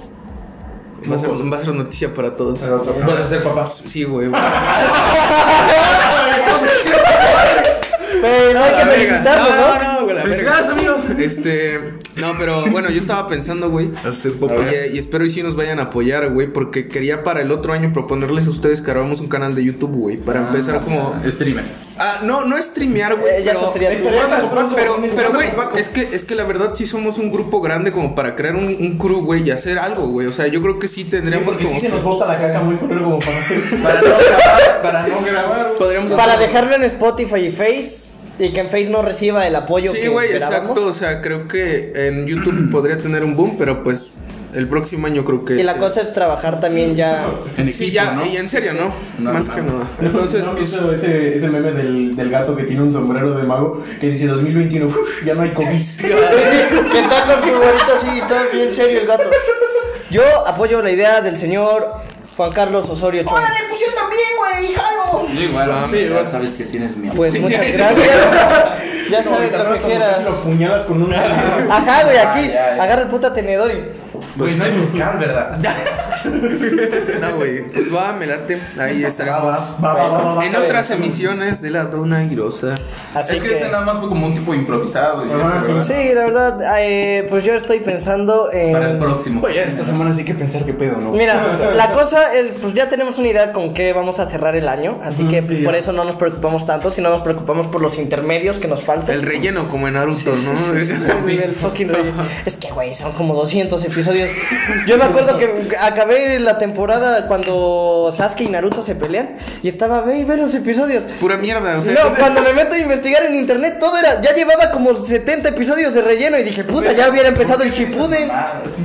C: Va a, ser, va a ser noticia para todos.
D: Ah, Vas a ser papá.
C: Sí, güey.
A: Ah, pero hay que felicitarlo no,
C: Ah, no, güey, la verga. Este, no, pero bueno, yo estaba pensando, güey. Oye, y espero y sí nos vayan a apoyar, güey, porque quería para el otro año proponerles a ustedes que hagamos un canal de YouTube, güey,
D: Ah,
C: para empezar como
D: pues, Streamer.
C: Ah, no, no streamear, güey.
A: Eh, ya
C: pero-
A: eso sería
B: Estaría
C: Pero,
B: comprando
C: pero,
B: con ese
C: pero,
B: vato,
C: güey,
B: Paco.
C: es que, es que la verdad sí somos un grupo grande como para crear un, un crew, güey, y hacer algo, güey. O sea, yo creo que sí
B: Sí,
C: tendríamos
B: porque
C: como...
B: sí se nos bota la caca muy culero como para hacer.
D: Para no grabar. Para no grabar.
C: Podríamos
A: Para
C: hacer-
A: dejarlo en Spotify y Face y que en Face no reciba el apoyo
C: Sí,
A: que
C: güey,
A: esperábamos.
C: exacto. O sea, creo que en YouTube podría tener un boom, pero pues el próximo año creo que...
A: Y la
C: sí.
A: cosa es trabajar también ya.
D: En
C: Sí,
D: equipo,
C: ya,
D: ¿no?
C: y en serio, ¿no?
D: No,
C: Más
D: no.
C: que nada. Entonces, pues,
B: ¿No han visto ese, ese meme del, del gato que tiene un sombrero de mago que dice 2021, uf, ya no hay COVID?
A: que está con su gorrito así, está bien serio el gato. Yo apoyo la idea del señor Juan Carlos Osorio Chong.
D: Yo igual, hombre, ya sabes.
H: que tienes miedo.
A: Pues muchas gracias. ya
B: No,
A: sabes
B: te
A: lo
B: agarras
A: que
B: como
A: quieras.
B: si Lo puñalas con una.
A: Ajá, güey, aquí.
D: Ah, ya, ya.
A: Agarra el puta tenedor y.
B: pues,
D: Güey, no hay mezcal, ¿verdad?
C: no, güey. Pues va, me late. Ahí estaremos.
B: Va, va, va, va, va.
C: En otras emisiones de la dona Irosa.
A: Así
D: es que, este nada más fue como un tipo improvisado. y
B: Ajá,
D: eso, ¿verdad?
A: Sí, la verdad, eh, pues yo estoy pensando en.
D: Para el próximo.
B: Oye, esta semana sí que pensar qué pedo, ¿no?
A: Mira, la cosa, el- pues ya tenemos una idea con qué vamos a cerrar el año, así que pues, por eso no nos preocupamos tanto, sino nos preocupamos por los intermedios que nos faltan.
C: El relleno, como en Naruto, ¿no?
A: Güey, el fucking rey. Es que, güey, son como 200 episodios. Yo me acuerdo que acabé la temporada cuando Sasuke y Naruto se pelean y estaba, ve y ve los episodios.
C: Pura mierda, o sea.
A: No, cuando me meto a investigar en internet, todo era. Ya llevaba como 70 episodios de relleno y dije, puta, ya hubiera empezado el Shippuden.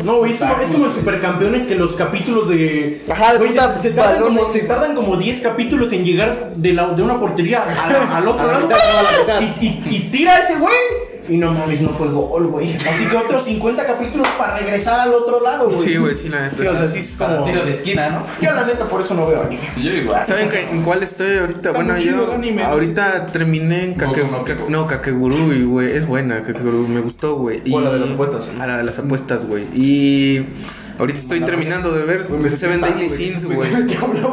B: No, güey, es como, es como el supercampeones que los capítulos de.
A: Ajá, de
B: Güey, se-
A: puta
B: se, tardan
A: balón,
B: como,
A: güey.
B: se tardan como 10 capítulos en llegar de, la, de una portería a la- al otro lado. y, y- y tira ese güey. Y no mames, no fue gol, güey. Así que otros 50 capítulos para regresar al otro lado, güey.
C: Sí, güey, sí, la
B: Sí, o
C: neta.
B: sea, sí es como.
D: Tiro de esquina, ¿no?
B: Yo, la neta, por eso no veo anime.
D: Yo igual.
C: ¿Saben qué- en cuál estoy ahorita? Bueno,
B: muy chido este. el
C: yo
B: anime,
C: ahorita terminé en Kake,
D: Boku no Pico.
C: no, Kakegurú, y, güey, es buena Kakegurú, me gustó, güey. Y-
B: ¿O la de las apuestas?
C: A la de las apuestas, güey. Y ahorita estoy terminando de ver Seven Daily Sins, güey.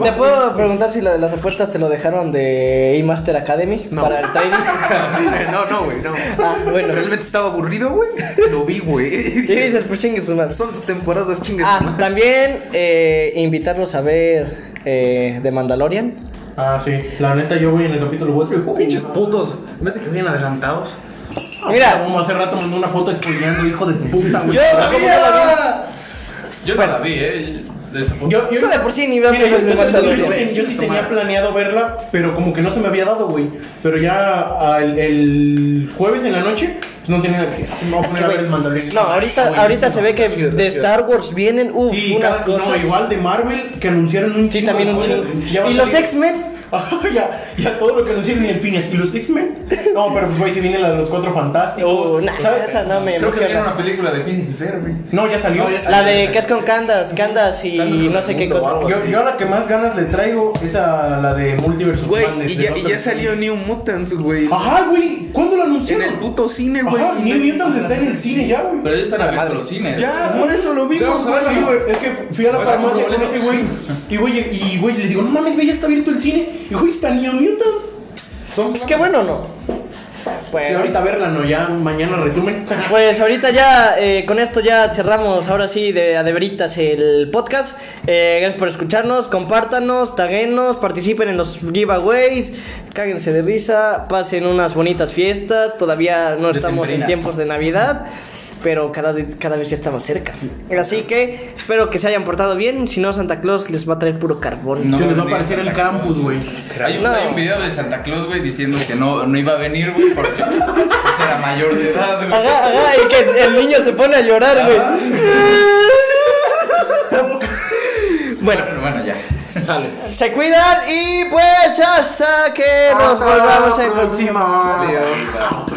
A: Te puedo preguntar si lo de las apuestas te lo dejaron de E-Master Academy
C: No.
A: para el trading.
C: No, no, güey, no.
A: Ah, bueno.
C: Realmente estaba aburrido, güey. Lo vi, güey.
A: ¿Qué dices? Pues chingue su madre.
C: Son tus temporadas chingues.
A: Ah, también eh, invitarlos a ver eh, The Mandalorian.
B: Ah, sí. La neta, yo voy en el capítulo 4.
H: Pinches putos. Me hace que vienen adelantados.
B: Ah,
A: Mira,
B: Como hace rato mandó una foto spoileando, hijo de tu puta, güey.
A: yo sabía.
D: Yo no la vi, ¿eh? De esa foto.
B: Yo, yo,
A: Tú de por sí ni veas
B: Mira, yo,
A: cosas de
B: yo- yo- yo-
A: Mandalorian.
B: yo- yo sí tenía planeado verla, pero como que no se me había dado, güey. Pero ya al- el ah, jueves en la noche pues no tienen acceso. Me voy a
A: Es
B: poner
A: que,
B: a ver
A: güey,
B: el Mandalorian.
A: no, ahorita,
B: Buenísimo.
A: ahorita se ve que
C: Chido,
A: de
C: chido.
A: Star Wars vienen, uff,
B: Sí,
A: unas
B: cada-
A: cosas.
B: no, igual de Marvel que anunciaron un
A: Sí,
B: chingo
A: también
B: de
A: un
B: cosas.
A: chingo.
B: Ya va a
A: Y los
B: salir-
A: X-Men,
B: Ajá, ya, ya todo lo que anunciaron y el fin es. ¿Y los X-Men? No, pero pues, güey, si viene la de los cuatro fantásticos.
A: Oh, nah,
B: ¿sabes?
A: esa no me
D: Creo que viene
A: emociona.
D: una película de Phineas y Ferb, güey.
B: No, ya salió.
A: La de que es con Candas, Candas y
I: Candace
A: no sé qué
I: Vagabundo o
A: cosa.
I: algo
B: Yo, yo a la que más ganas le traigo es a la de Multiverse of
C: Güey,
B: Madness,
C: y
B: de
C: ya, y
B: Doctor
C: ya
B: Strange.
C: salió New Mutants, güey.
B: Ajá, güey. ¿Cuándo lo
C: En
B: anunciaron?
C: el puto cine, güey.
B: Ah, Ajá, New Mutants está en el cine ya, güey.
D: Pero ellos están abiertos los cines.
C: Ya, ah, por eso lo
B: Sí,
C: vimos,
B: vamos a verla,
C: güey.
B: güey. Es que fui a la farmacia con ese güey. Y güey, y güey, les digo, no mames, güey, ya está abierto el cine. Y güey, está New Mutants.
A: Pues qué bueno, ¿no?
B: Sí,
A: Bueno,
B: ahorita verla, no, ya mañana resumen.
A: pues ahorita ya, eh, con esto ya cerramos ahora sí de Adeveritas el podcast. Eh, gracias por escucharnos, compártanos, taguenos, participen en los giveaways, cáguense de risa, pasen unas bonitas fiestas. Todavía no estamos en
D: Decembrinas.
A: tiempos de Navidad. Pero cada, de- cada vez ya está más cerca. Así que espero que se hayan portado bien. Si no, Santa Claus les va a traer puro carbón.
D: No
B: Se les va a
D: olviden
B: aparecer el
D: Santa Claus,
B: Krampus, güey.
D: Hay un,
A: No.
D: hay un video de Santa Claus, güey, diciendo que no, no iba a venir, güey, porque pues, era mayor de edad, güey.
A: Ajá, ajá, y que el niño se pone a llorar, güey. Bueno,
D: Bueno, bueno, ya.
A: se cuidan y pues hasta que nos volvamos a encontrar.
B: próxima.
C: Adiós.
D: Bye.